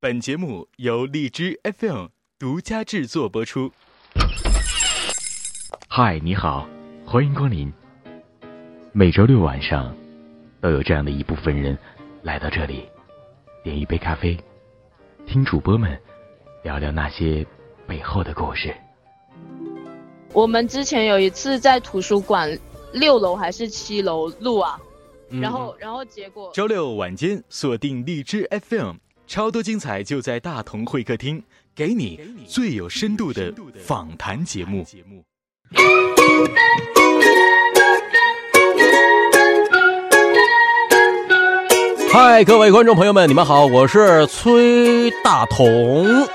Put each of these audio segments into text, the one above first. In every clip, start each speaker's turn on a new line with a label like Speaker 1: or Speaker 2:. Speaker 1: 本节目由荔枝 FM 独家制作播出。
Speaker 2: 嗨，你好，欢迎光临。每周六晚上，都有这样的一部分人来到这里，点一杯咖啡，听主播们聊聊那些背后的故事。
Speaker 3: 我们之前有一次在图书馆六楼还是七楼录啊，然后然后结果
Speaker 1: 周六晚间锁定荔枝 FM，超多精彩就在大同会客厅，给你最有深度的访谈节目。
Speaker 4: 嗨，各位观众朋友们，你们好，我是崔大同，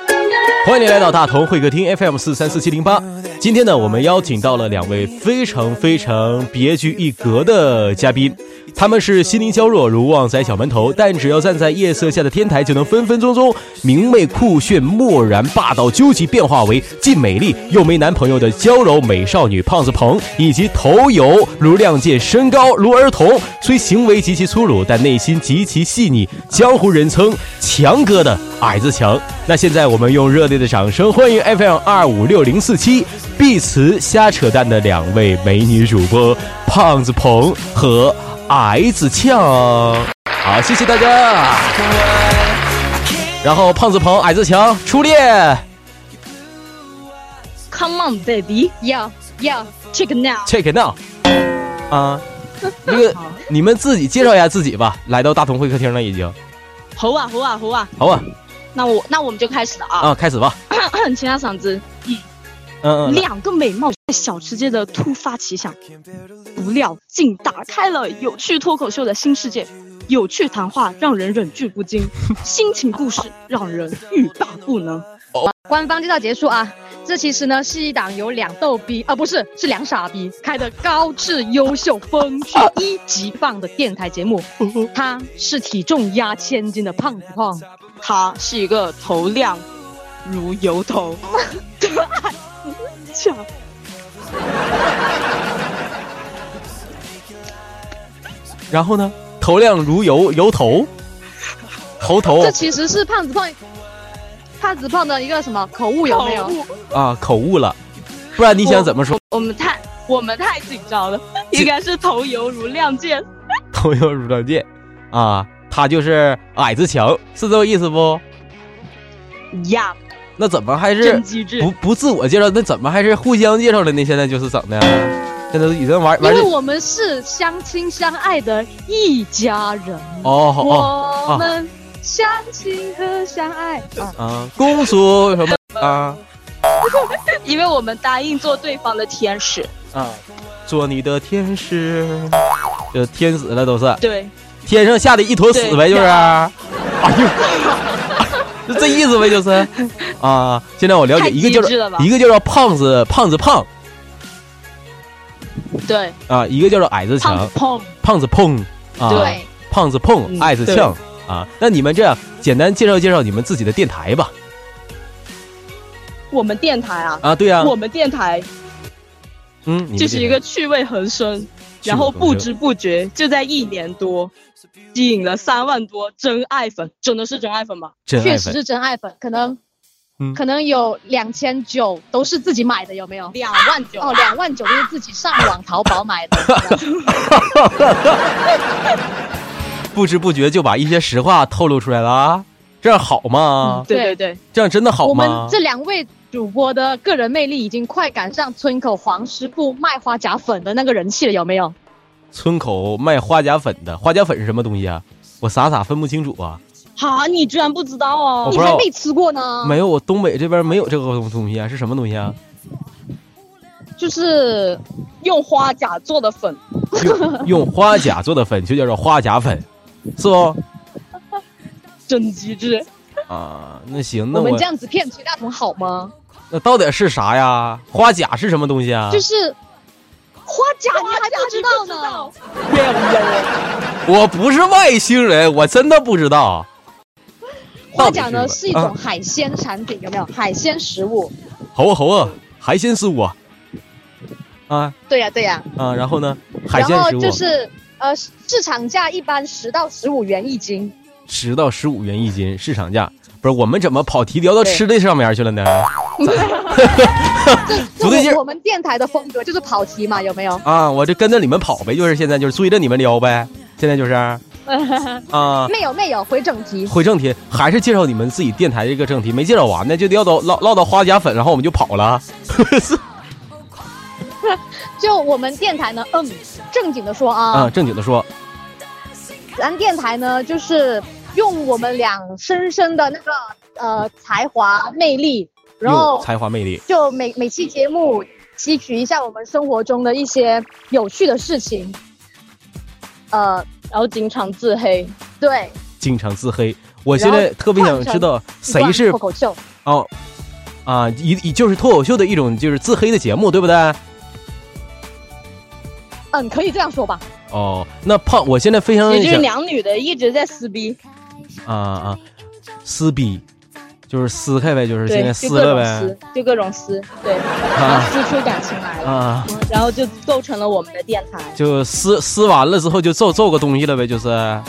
Speaker 4: 欢迎您来到大同会客厅 FM 四三四七零八。今天呢，我们邀请到了两位非常非常别具一格的嘉宾，他们是心灵娇弱如旺仔小馒头，但只要站在夜色下的天台，就能分分钟钟明媚酷炫、漠然霸道、究极变化为既美丽又没男朋友的娇柔美少女胖子鹏，以及头油如亮剑、身高如儿童，虽行为极其粗鲁，但内心极其细腻，江湖人称强哥的矮子强。那现在我们用热烈的掌声欢迎 FM 二五六零四七碧池瞎扯淡的两位美女主播胖子鹏和矮子强。好，谢谢大家。然后胖子鹏、矮子强初恋
Speaker 3: Come on baby，要要 check now。
Speaker 4: ，check it now。啊，那个你们自己介绍一下自己吧。来到大同会客厅了已经，
Speaker 3: 好啊好啊好啊，
Speaker 4: 好吧？
Speaker 3: 那我那我们就开始了啊。
Speaker 4: 啊，开始吧。
Speaker 3: 清下嗓子，
Speaker 4: 嗯嗯嗯，
Speaker 3: 两个美貌在小吃街的突发奇想，不料竟打开了有趣脱口秀的新世界。有趣谈话让人忍俊不禁，心情故事让人欲罢不能。
Speaker 5: 官方介绍结束啊。这其实呢是一档由两逗逼，啊不是，是两傻逼开的高质优秀、风趣一级棒的电台节目。他是体重压千斤的胖子胖，
Speaker 3: 他是一个头亮如油头的矮子强。
Speaker 4: 然后呢？头亮如油，油头，猴头
Speaker 5: 这其实是胖子胖，胖子胖的一个什么口误有没有？
Speaker 4: 啊，口误了。不然你想怎么说？
Speaker 3: 我们太我们太紧张了，应该是头油如亮剑。
Speaker 4: 头油如亮剑啊，他就是矮子强，是这个意思不？
Speaker 3: 呀，
Speaker 4: 那怎么还是
Speaker 3: 真机智
Speaker 4: 不！不自我介绍？那怎么还是互相介绍了呢？现在就是怎的？啊现在已经玩
Speaker 5: 因
Speaker 4: 玩
Speaker 5: 为我们是相亲相爱的一家人，
Speaker 4: 哦好哦
Speaker 5: 我们相亲和相爱。
Speaker 4: 啊，公主什么啊
Speaker 3: 因为我们答应做对方的天使。
Speaker 4: 啊，做你的天使，这天使了都是
Speaker 3: 对，
Speaker 4: 天上下的一坨屎呗，
Speaker 3: 对
Speaker 4: 就是。哎呦，就 这意思呗，就是啊。现在我了
Speaker 3: 太
Speaker 4: 解一个叫
Speaker 3: 机智了吧
Speaker 4: 做一个叫做胖子胖子胖
Speaker 3: 对，
Speaker 4: 啊，一个叫做矮子
Speaker 3: 胖
Speaker 4: 强
Speaker 3: 子碰，
Speaker 4: 胖子碰啊，
Speaker 3: 对，
Speaker 4: 胖子碰
Speaker 3: 嗯
Speaker 4: 矮子呛啊。那你们这样简单介绍介绍你们自己的电台吧。
Speaker 3: 我们电台啊，
Speaker 4: 啊，对啊，
Speaker 3: 我们电台
Speaker 4: 嗯，你们
Speaker 3: 就是一
Speaker 4: 电
Speaker 3: 个趣味横生，
Speaker 4: 趣味
Speaker 3: 然后
Speaker 4: 横
Speaker 3: 不
Speaker 4: 生
Speaker 3: 知不觉就在一年多，吸引了三万多真爱粉，真的是真爱粉吗？
Speaker 4: 台真
Speaker 5: 确
Speaker 4: 爱
Speaker 5: 实
Speaker 4: 粉
Speaker 5: 是真爱粉，可能、
Speaker 4: 嗯
Speaker 5: 可能有两千九都是自己买的，有没有？
Speaker 3: 两万九
Speaker 5: 哦，两万九就是自己上网淘宝买的，
Speaker 4: 不知不觉就把一些实话透露出来了啊，这样好吗？
Speaker 3: 嗯对对对，
Speaker 4: 这样真的好
Speaker 5: 我们
Speaker 4: 吗？
Speaker 5: 这两位主播的个人魅力已经快赶上村口黄师傅卖花甲粉的那个人气了，有没有？
Speaker 4: 村口卖花甲粉的，花甲粉是什么东西啊？我傻傻分不清楚啊，
Speaker 3: 哈，你居然不知道
Speaker 4: 我
Speaker 3: 哦
Speaker 4: 不
Speaker 5: 你
Speaker 4: 知道
Speaker 5: 还没吃过呢，
Speaker 4: 没有，我东北这边没有这个东东西啊，是什么东西啊？
Speaker 5: 就是
Speaker 3: 用花甲做的粉，
Speaker 4: 用用花甲做的粉就叫做花甲粉，是不？
Speaker 3: 真机智。
Speaker 4: 啊，那行，那
Speaker 5: 我
Speaker 4: 我
Speaker 5: 们这样子骗崔大同好吗？
Speaker 4: 那到底是啥呀？花甲是什么东西啊？
Speaker 5: 就是花甲，你还
Speaker 3: 甲
Speaker 5: 不知道呢？
Speaker 4: 啊我不是外星人，我真的不知道。
Speaker 5: 花甲呢
Speaker 4: 到底
Speaker 5: 是一
Speaker 4: 什么
Speaker 5: 种海鲜产品，有没有？海鲜食物。
Speaker 4: 猴啊猴啊，海鲜食物啊，啊
Speaker 5: 对呀、对呀、
Speaker 4: 啊，然后呢，海鲜
Speaker 5: 然后
Speaker 4: 食物啊
Speaker 5: 就是呃，市场价一般十到十五元一斤。
Speaker 4: 十到十五元一斤，市场价不是我们怎么跑题聊到吃的上面去了呢？不对劲儿
Speaker 5: 我我们电台的风格就是跑题嘛，有没有？
Speaker 4: 啊，我就跟着你们跑呗，就是现在就是追着你们聊呗，现 在就是啊，
Speaker 5: 没有没有，回正题。
Speaker 4: 回正题，还是介绍你们自己电台这个正题，没介绍完呢，就撂到唠唠到花甲粉，然后我们就跑了。
Speaker 5: 就我们电台呢，嗯，正经的说
Speaker 4: 啊，
Speaker 5: 啊，
Speaker 4: 正经的说，
Speaker 5: 咱电台呢就是用我们俩深深的那个呃才华魅力，然
Speaker 4: 哟，
Speaker 5: 后
Speaker 4: 才华魅力，
Speaker 5: 就每每期节目吸取一下我们生活中的一些有趣的事情。呃，
Speaker 3: 然后经常自黑，
Speaker 5: 对，
Speaker 4: 经常自黑。我现在特别想知道谁
Speaker 5: 一段
Speaker 4: 是
Speaker 5: 脱口秀？
Speaker 4: 哦，啊，一一就是脱口秀的一种就是自黑的节目，对不对？
Speaker 5: 嗯，可以这样说吧。
Speaker 4: 哦，那胖，我现在非常
Speaker 3: 也就是
Speaker 4: 想
Speaker 3: 两女的一直在撕逼，
Speaker 4: 啊啊，撕逼，就是撕开呗，就是现
Speaker 3: 对，就
Speaker 4: 在啊撕
Speaker 3: 各
Speaker 4: 了
Speaker 3: 种
Speaker 4: 呗
Speaker 3: 撕，就各种撕，对，然
Speaker 4: 啊
Speaker 3: 后撕出感情来了，
Speaker 4: 啊，
Speaker 3: 然后就构成了我们的电台。
Speaker 4: 就撕撕完了之后就揍揍个东西了呗，就是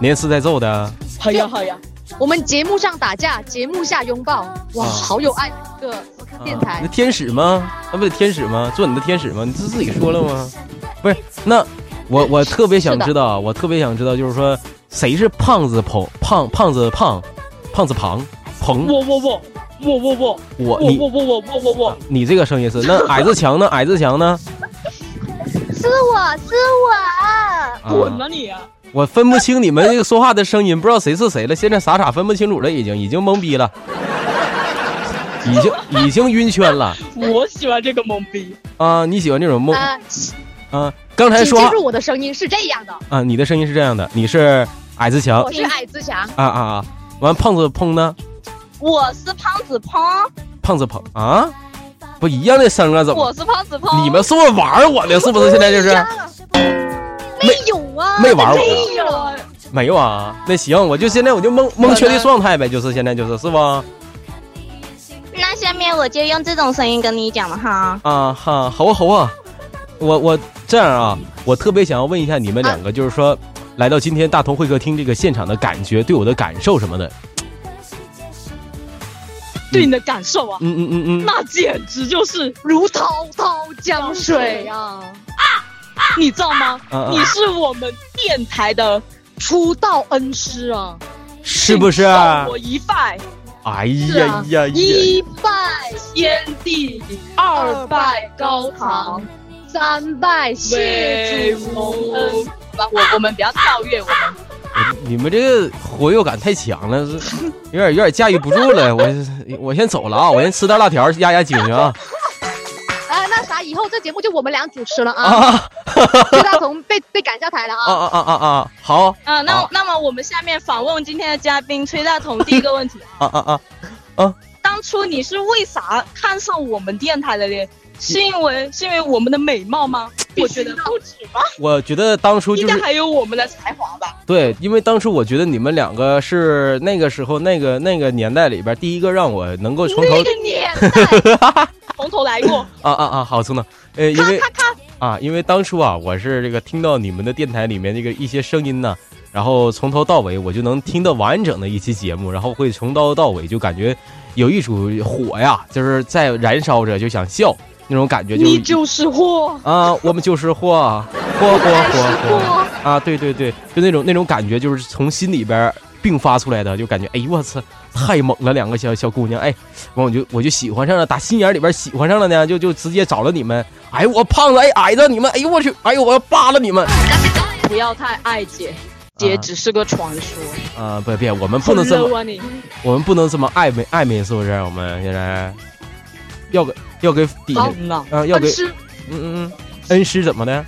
Speaker 4: 连撕带揍的。
Speaker 3: 好呀好呀，
Speaker 5: 我们节目上打架，节目下拥抱，哇，
Speaker 4: 啊
Speaker 5: 好有爱的一个
Speaker 4: 啊
Speaker 5: 电台
Speaker 4: 那。天使吗？那不得天使吗？做你的天使吗？你这自己说了吗？不是，那我我特别想
Speaker 5: 是的
Speaker 4: 知道，我特别想知道，就是说谁是胖子鹏胖胖子胖胖子庞鹏
Speaker 3: 我我我我我我
Speaker 4: 我
Speaker 3: 我
Speaker 4: 你
Speaker 3: 我我我我我我，
Speaker 4: 你这个声音是那矮子强呢？矮子强呢？
Speaker 5: 是我是我，
Speaker 4: 啊
Speaker 3: 滚吧你！
Speaker 4: 我分不清你们这个说话的声音，不知道谁是谁了。现在傻傻分不清楚了，已经已经懵逼了，已经已经晕圈了
Speaker 3: 我喜欢这个懵逼，
Speaker 4: 啊！你喜欢这种懵
Speaker 5: 呃，
Speaker 4: 啊？刚才
Speaker 5: 请
Speaker 4: 说
Speaker 5: 记
Speaker 4: 话
Speaker 5: 住我的声音是这样的，
Speaker 4: 啊，你的声音是这样的，你是矮子强
Speaker 5: 我是矮子强，
Speaker 4: 啊啊啊！完胖子碰呢？
Speaker 3: 我是胖子胖，
Speaker 4: 胖子碰啊，不一样的声啊？怎么？
Speaker 3: 我是胖子胖。
Speaker 4: 你们是不是玩我呢？是不是？现在就是
Speaker 5: 没有啊，
Speaker 4: 没玩我
Speaker 5: 没有，
Speaker 4: 没有啊？那行，我就现在我就蒙蒙圈的状态呗，就是现在就是是吧？
Speaker 3: 那下面我就用这种声音跟你讲了哈。
Speaker 4: 啊哈，好啊好啊，我我这样啊，我特别想要问一下你们两个，就是说，来到今天大同会客厅这个现场的感觉，对我的感受什么的，
Speaker 3: 对你的感受啊，
Speaker 4: 嗯嗯嗯嗯，
Speaker 3: 那简直就是，
Speaker 5: 如滔滔江水啊，
Speaker 3: 你知道吗？
Speaker 4: 啊啊
Speaker 3: 你是我们电台的，
Speaker 5: 出道恩师啊，
Speaker 4: 是不是？啊
Speaker 3: 受我一拜
Speaker 4: 哎呀呀呀！
Speaker 5: 一拜
Speaker 3: 天地，二拜高
Speaker 5: 高
Speaker 3: 堂
Speaker 5: 堂，，三拜谢
Speaker 3: 谢
Speaker 5: 主
Speaker 3: 主
Speaker 5: 恩
Speaker 3: 恩。。吧，我我们不要跳跃，我们
Speaker 4: 你们这个活跃感太 强了，是有点有点驾驭不住了。我我先走了啊，我先吃袋辣条压压惊啊
Speaker 5: 哎，那啥，以后这节目就我们俩主持了
Speaker 3: 哦
Speaker 5: 啊，
Speaker 4: 啊
Speaker 5: 崔大同被 被赶下台了
Speaker 4: 啊
Speaker 5: 啊。
Speaker 4: 啊啊啊啊！好
Speaker 3: 啊，那
Speaker 4: 好
Speaker 3: 那么我们下面访问今天的嘉宾崔大同，第一个问题，
Speaker 4: 啊啊啊！
Speaker 3: 当初你是为啥看上我们电台的嘞？是因
Speaker 4: 嗯
Speaker 3: 为是因为我们的美貌吗？我觉得不止吧，
Speaker 4: 我觉得当初
Speaker 3: 应
Speaker 4: 就
Speaker 3: 该
Speaker 4: 是
Speaker 3: 还有我们的才华吧。
Speaker 4: 对，因为当时我觉得你们两个是那个时候那个那个年代里边第一个让我能够从头
Speaker 5: 那个年代，
Speaker 3: 从头来过，
Speaker 4: 啊啊啊，好，从头，呃， 因
Speaker 3: 咔
Speaker 4: 为
Speaker 3: 咔咔，
Speaker 4: 啊，因为当初啊，我是这个听到你们的电台里面这个一些声音呢，然后从头到尾我就能听到完整的一期节目，然后会从头到尾就感觉有一股火呀，就是在燃烧着，就想笑那种感觉就，
Speaker 3: 你
Speaker 4: 是
Speaker 3: 就是货，
Speaker 4: 啊，我们就是啊火火火火火。
Speaker 5: 我
Speaker 4: 啊，对对对，就那种那种感觉，就是从心里边儿迸发出来的，就感觉哎呦我操，太猛了！两个小小姑娘，哎，完我就我就喜欢上了，打心眼里边喜欢上了呢，就就直接找了你们。哎我胖子，哎矮子，你们，哎呦我去，哎呦我要扒拉你们
Speaker 3: 不要太爱姐，姐只是个传说。
Speaker 4: 啊！不别，我们啊不能这么，
Speaker 3: Hello 啊你，
Speaker 4: 我们不能这么暧昧暧昧，是不是？我们现在要给要给底下
Speaker 3: 好，呢，
Speaker 4: 啊，要
Speaker 5: 恩
Speaker 4: 给
Speaker 5: 师，
Speaker 4: 嗯嗯嗯，恩师怎么的？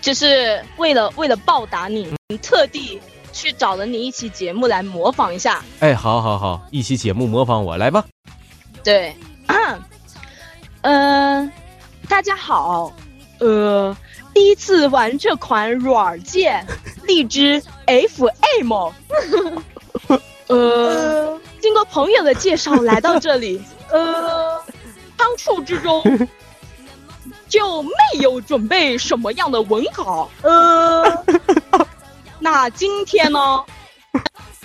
Speaker 3: 就是为了为了报答你，
Speaker 4: 嗯
Speaker 3: 特地去找了你一期节目来模仿一下。
Speaker 4: 哎，好好好，一期节目模仿我来吧。
Speaker 3: 对，嗯，大家好，呃，第一次玩这款软件，荔枝 FM，呃，经过朋友的介绍来到这里，呃，仓促之中就没有准备什么样的文稿，呃，那今天呢，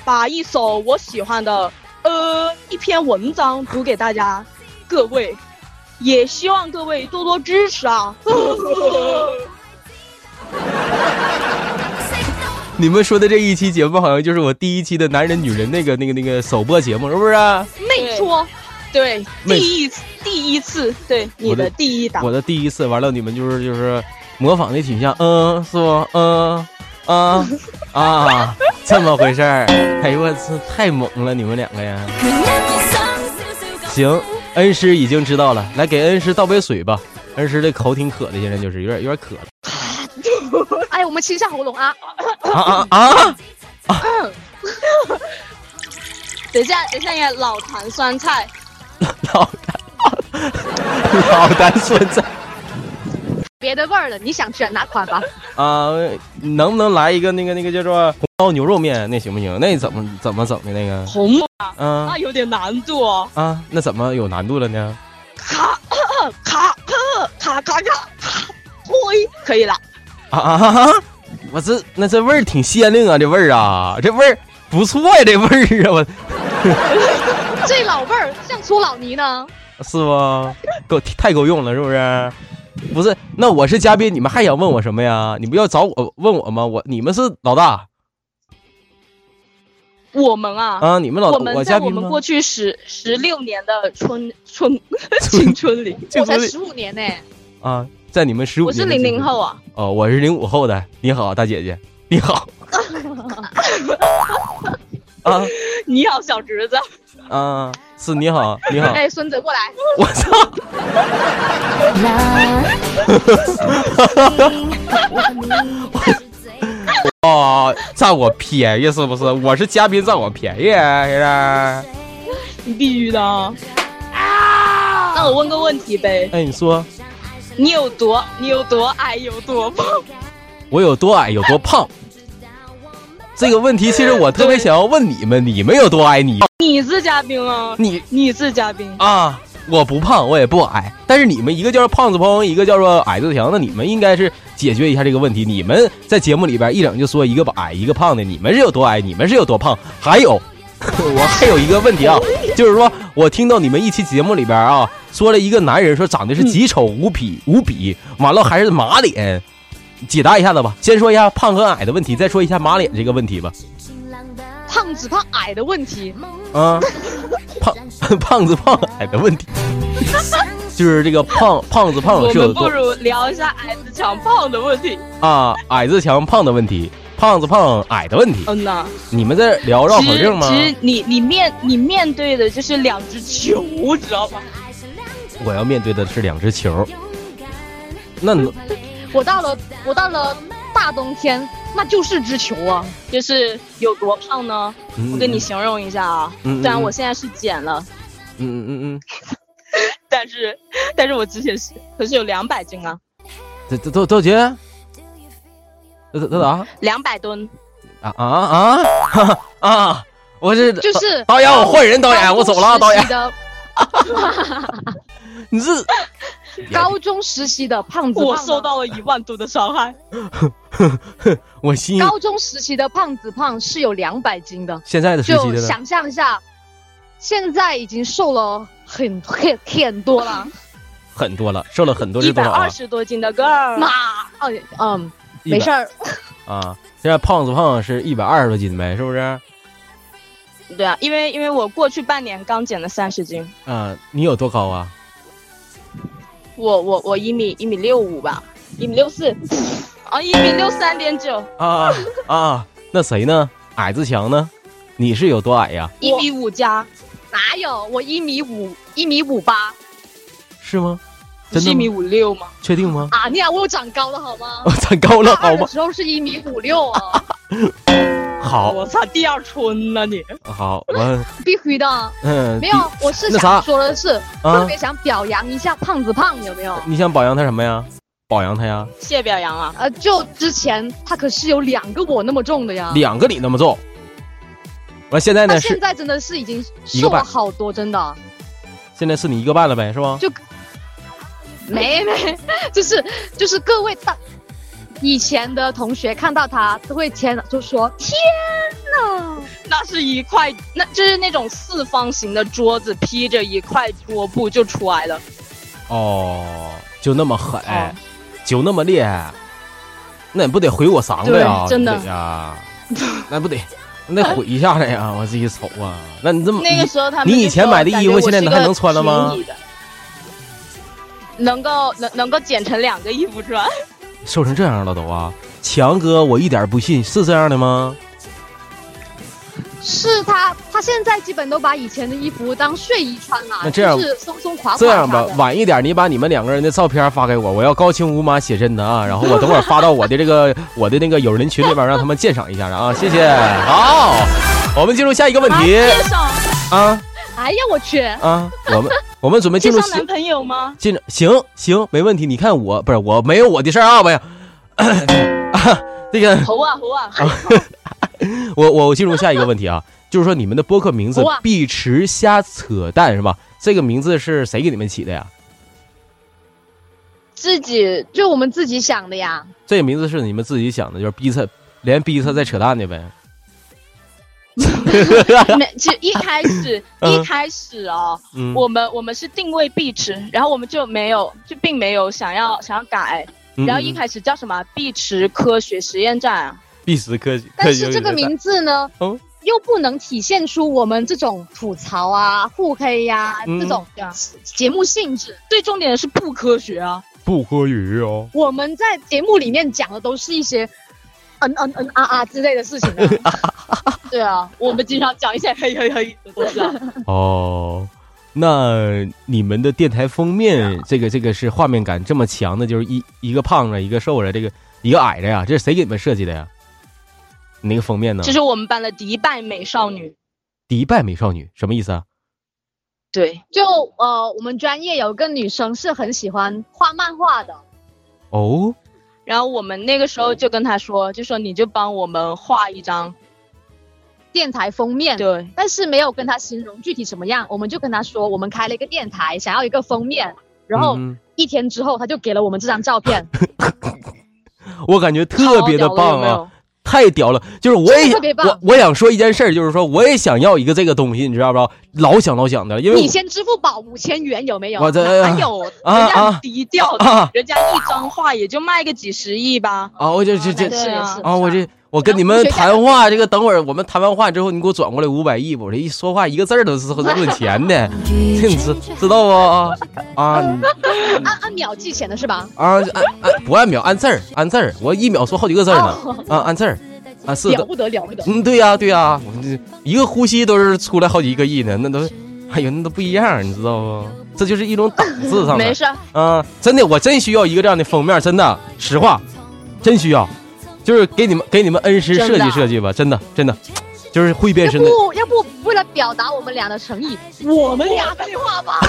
Speaker 3: 把一首我喜欢的呃一篇文章读给大家，各位，也希望各位多多支持啊。
Speaker 4: 你们说的这一期节目，好像就是我第一期的男人女人那个那个那个首播节目，是不是、啊？
Speaker 3: 没错， 对，
Speaker 4: 没
Speaker 3: 第一次，第一次，对你
Speaker 4: 我的
Speaker 3: 的第一档
Speaker 4: 我，的第一次，完了你们就是就是模仿那挺像，嗯，是不？嗯，啊 啊，这么回事儿。哎呦我操，太猛了，你们两个呀！行，恩师已经知道了，来给恩师倒杯水吧。恩师这口挺渴的，现在就是有点有点渴了。
Speaker 5: 哎，我们清一下喉咙啊！
Speaker 4: 啊啊啊！
Speaker 3: 等一下，等一下，你的老坛酸菜，
Speaker 4: 老 坛老坛酸菜
Speaker 5: 别的味儿了，你想选哪款吧？
Speaker 4: 啊，能不能来一个那个那个叫做红烧牛肉面？那行不行？那怎么怎么整的那个？
Speaker 3: 红
Speaker 4: 嗯、
Speaker 3: 那啊有点难度哦，
Speaker 4: 啊，那怎么有难度了呢？
Speaker 3: 咔咔咔咔咔咔，推可以了，
Speaker 4: 啊啊！我这那这味儿挺鲜灵啊，这味儿啊，这味儿不错呀、这味儿啊，
Speaker 5: 这老味儿像搓老泥呢，
Speaker 4: 我是不？够太够用了，是不是？不是，那我是嘉宾，你们还想问我什么呀？你不要找我问我吗？我你们是老大
Speaker 3: 我们啊。
Speaker 4: 啊，你们老
Speaker 3: 我
Speaker 4: 大，
Speaker 3: 们在
Speaker 4: 嘉
Speaker 3: 我
Speaker 4: 宾吗
Speaker 3: 们？过去十十六年的春春 青春里，
Speaker 4: 这
Speaker 5: 我才
Speaker 4: 不是
Speaker 5: 十五年呢、
Speaker 4: 啊，在你们十五，
Speaker 3: 我是零零后啊，
Speaker 4: 哦，我是零五后的。你好，大姐姐，你好。啊
Speaker 3: 你好小侄子，
Speaker 4: 啊，是你好，你好。
Speaker 5: 哎，孙子过来，
Speaker 4: 我操！ 哦，占我便宜是不是？我是嘉宾，占我便宜啊是吧？
Speaker 3: 你必须的啊！那我问个问题呗，
Speaker 4: 哎，你说
Speaker 3: 你有多你有多矮有多胖？
Speaker 4: 我有多矮，有多胖？这个问题其实我特别想要问你们，你们有多矮？你
Speaker 3: 你是嘉宾啊，
Speaker 4: 你
Speaker 3: 你是嘉宾，
Speaker 4: 啊，我不胖，我也不矮，但是你们一个叫做胖子鹏，一个叫做矮子强，那你们应该是解决一下这个问题。你们在节目里边一整就说一个矮一个胖的，你们是有多矮，你们是有多胖？还有，我还有一个问题啊，就是说我听到你们一期节目里边啊，说了一个男人说长得是极丑无比无比，完了还是马脸。解答一下子吧，先说一下胖和矮的问题，再说一下马脸这个问题吧。
Speaker 5: 胖子胖矮的问题，
Speaker 4: 啊，胖 胖子胖矮的问题，就是这个胖胖
Speaker 5: 哦
Speaker 4: 子胖
Speaker 3: 我
Speaker 4: 是有
Speaker 3: 们不
Speaker 4: 多
Speaker 3: 如聊一下矮子强胖的问题。
Speaker 4: 啊，矮子强胖的问题，胖子胖矮的问题。
Speaker 3: 嗯呐，
Speaker 4: 你们在聊绕
Speaker 3: 其
Speaker 4: 口
Speaker 3: 实
Speaker 4: 令吗？
Speaker 3: 其实你你面你面对的就是两只球，知道吗？
Speaker 4: 我要面对的是两只球。那能
Speaker 5: 我到了，我到了大冬天，那就是只球啊！
Speaker 3: 就是有多胖呢？
Speaker 4: 嗯
Speaker 3: 我给你形容一下啊，
Speaker 4: 嗯
Speaker 3: 虽然我现在是减了，
Speaker 4: 嗯嗯嗯嗯，
Speaker 3: 但是但是我之前是可是有两百斤啊，
Speaker 4: 这这多多少钱？这这这啥？
Speaker 3: 两百吨。
Speaker 4: 啊啊啊 哈哈啊！我这
Speaker 5: 就是
Speaker 4: 导演，我换人，导演，我走了啊，导
Speaker 5: 高中
Speaker 4: 演
Speaker 5: 时期，的
Speaker 4: 你这
Speaker 5: 高中时期的胖子胖
Speaker 3: 我
Speaker 5: 啊
Speaker 3: 受到了一万吨的伤害，
Speaker 4: 我心
Speaker 5: 高中时期的胖子胖是有两百斤的，
Speaker 4: 现 在的时期
Speaker 5: 就
Speaker 4: 的呢
Speaker 5: 想象一下，现在已经瘦了很 很很多了。
Speaker 4: 很多了，瘦了很 多
Speaker 3: 一
Speaker 4: 是
Speaker 3: 百
Speaker 4: 多少啊
Speaker 3: 二？十多斤的 girl，
Speaker 5: 妈，嗯嗯，没事儿，
Speaker 4: 啊，现在胖子胖是一百二十多斤呗，是不是？啊、
Speaker 3: 对啊，因为因为我过去半年刚减了三十斤，
Speaker 4: 你有多高啊？
Speaker 3: 我我我一米一米六五吧，一米六四，啊一米六三点九，
Speaker 4: 啊啊，那谁呢？矮子强呢？你是有多矮呀？
Speaker 3: 一米五加，
Speaker 5: 哪有我一米五一米五八
Speaker 4: 是吗？
Speaker 3: 不
Speaker 4: 真
Speaker 3: 是一
Speaker 4: 的
Speaker 3: 米
Speaker 4: 吗？
Speaker 3: 五六吗？
Speaker 4: 确定吗？
Speaker 5: 啊？你俩我有长高了好吗
Speaker 4: 我？长高了
Speaker 5: 大
Speaker 4: 好
Speaker 5: 二的
Speaker 4: 吗？
Speaker 5: 时候是一米五六 啊，
Speaker 4: 好
Speaker 3: 我操，第二春了你，
Speaker 4: 好，我
Speaker 5: 必须的。
Speaker 4: 嗯，
Speaker 5: 没有，我是
Speaker 4: 那啥
Speaker 5: 想说的是，特
Speaker 4: 啊
Speaker 5: 别，想表扬一下胖子胖，有没有？
Speaker 4: 你想表扬他什么呀？表扬他呀？
Speaker 3: 谢表扬啊，
Speaker 5: 呃，就之前他可是有两个我那么重的呀，
Speaker 4: 两个你那么重，完现在
Speaker 5: 他
Speaker 4: 呢
Speaker 5: 啊现
Speaker 4: 是
Speaker 5: 在真的是已经
Speaker 4: 一个
Speaker 5: 瘦
Speaker 4: 半
Speaker 5: 了好多，真的。
Speaker 4: 现在是你一个半了呗，是吧？
Speaker 5: 没没， 就是就是各位大以前的同学看到他都会天就说天呐！
Speaker 3: 那是一块，那就是那种四方形的桌子，披着一块桌布就出来了。
Speaker 4: 哦，就那么狠，
Speaker 3: 哦
Speaker 4: 就那么厉害，那你不得毁我嗓子呀？
Speaker 3: 对真的
Speaker 4: 你得呀，那不得，那得毁一下子 呀！我自己瞅啊，那你这么
Speaker 3: 那个时候他们
Speaker 4: 你
Speaker 3: 就
Speaker 4: 以前
Speaker 3: 说
Speaker 4: 买的
Speaker 3: 感
Speaker 4: 衣
Speaker 3: 觉
Speaker 4: 服
Speaker 3: 我
Speaker 4: 现在
Speaker 3: 是
Speaker 4: 还
Speaker 3: 个
Speaker 4: 能穿了吗
Speaker 3: 平移的？能够能能够剪成两个衣服穿，
Speaker 4: 瘦成这样了都啊？强哥，我一点不信，是这样的吗？
Speaker 5: 是他，他现在基本都把以前的衣服当睡衣穿了，
Speaker 4: 那这样
Speaker 5: 就是松松
Speaker 3: 啊
Speaker 5: 垮垮
Speaker 4: 这样吧
Speaker 5: 啥的，
Speaker 4: 晚一点你把你们两个人的照片发给我，我要高清无码写真的啊，然后我等会儿发到我的这个我的那个友人群里边，让他们鉴赏一下啊，谢谢。好，我们进入下一个问
Speaker 3: 啊
Speaker 4: 题
Speaker 3: 介绍
Speaker 4: 啊
Speaker 5: 哎哎呀，我去，
Speaker 4: 啊，我们我们准备
Speaker 3: 介
Speaker 4: 进入
Speaker 3: 绍男朋友吗？
Speaker 4: 进行行没问题，你看我不是我没有我的事儿啊，我呀啊 那个
Speaker 3: 猴啊猴啊，
Speaker 4: 我我我进入下一个问题啊，就是说你们的播客名字
Speaker 5: 好啊
Speaker 4: “碧池瞎扯淡”是吧？这个名字是谁给你们起的呀？
Speaker 5: 自己就我们自己想 的呀，
Speaker 4: 这个名字是你们自己想的，就是逼他，连逼他再扯淡的呗。
Speaker 3: 没， 其实一开始
Speaker 4: 嗯
Speaker 3: 一开始哦，
Speaker 4: 嗯，
Speaker 3: 我们我们是定位壁池，然后我们就没有就并没有想要想要改，
Speaker 4: 嗯
Speaker 3: 然后一
Speaker 4: 嗯
Speaker 3: 开始叫什么啊碧池科学实验站啊，
Speaker 4: 必死科技，
Speaker 5: 但是这个名字呢
Speaker 4: 哦，
Speaker 5: 又不能体现出我们这种吐槽啊、互黑呀、
Speaker 4: 嗯
Speaker 5: 这种
Speaker 3: 对啊
Speaker 5: 节目性质。
Speaker 3: 最重点的是不科学啊，
Speaker 4: 不科学哦。
Speaker 5: 我们在节目里面讲的都是一些嗯嗯嗯啊啊之类的事情啊。
Speaker 3: 对啊，我们经常讲一些 嘿嘿嘿的东西啊，
Speaker 4: 哦，那你们的电台封面，
Speaker 5: 啊
Speaker 4: 这个这个是画面感这么强的，就是一一个胖子，一个瘦子，这个一个矮的呀，这是谁给你们设计的呀？你那个封面呢
Speaker 3: 这？是我们班的迪拜美少女，
Speaker 4: 迪拜美少女什么意思啊？
Speaker 3: 对，
Speaker 5: 就呃，我们专业有个女生是很喜欢画漫画的，
Speaker 4: 哦，
Speaker 3: 然后我们那个时候就跟她说，就说你就帮我们画一张，
Speaker 5: 电台封面。
Speaker 3: 对，
Speaker 5: 但是没有跟她形容具体什么样，我们就跟她说我们开了一个电台，想要一个封面。然后
Speaker 4: 嗯哎
Speaker 5: 一天之后，她就给了我们这张照 片，
Speaker 4: 我感觉特别的
Speaker 3: 超屌了有
Speaker 4: 棒
Speaker 3: 没
Speaker 4: 啊！
Speaker 3: 有？
Speaker 4: 太屌了！就是我也
Speaker 5: 真的特别棒
Speaker 4: 我我想说一件事儿，就是说我也想要一个这个东西，你知道不？老想老想的，因为
Speaker 5: 你先支付宝五千元有没有？
Speaker 4: 我这哎
Speaker 3: 还有，哦人
Speaker 4: 啊
Speaker 3: 家
Speaker 4: 啊
Speaker 3: 很低调的，
Speaker 4: 啊
Speaker 3: 人家一张画也就卖个几十亿吧。
Speaker 4: 啊，我就这
Speaker 5: 对
Speaker 4: 这
Speaker 5: 也
Speaker 3: 对啊
Speaker 5: 是
Speaker 4: 啊，我这我跟你们谈话，这个等会儿我们谈完话之后，你给我转过来五百亿，我这一说话一个字儿都是都论钱的，这你知知道不啊啊你
Speaker 5: 按按秒计钱的是吧？
Speaker 4: 啊按按不按秒按字儿按字儿，我一秒说好几个字儿呢啊按字儿啊是
Speaker 5: 了
Speaker 4: 的，
Speaker 5: 不得了不得！
Speaker 4: 嗯对呀、对呀、我这一个呼吸都是出来好几个亿呢，那都哎呦那都不一样，你知道不？这就是一种档次上
Speaker 3: 没
Speaker 4: 的
Speaker 3: 事儿，
Speaker 4: 啊，真的我真需要一个这样的封面，真的实话。真需要，就是给你们给你们恩师
Speaker 5: 真
Speaker 4: 设
Speaker 5: 的
Speaker 4: 计
Speaker 5: 啊
Speaker 4: 设计吧，真的真的，就是会变
Speaker 5: 要
Speaker 4: 身的。
Speaker 5: 不要不为了表达我们俩的诚意，我们俩废话吧。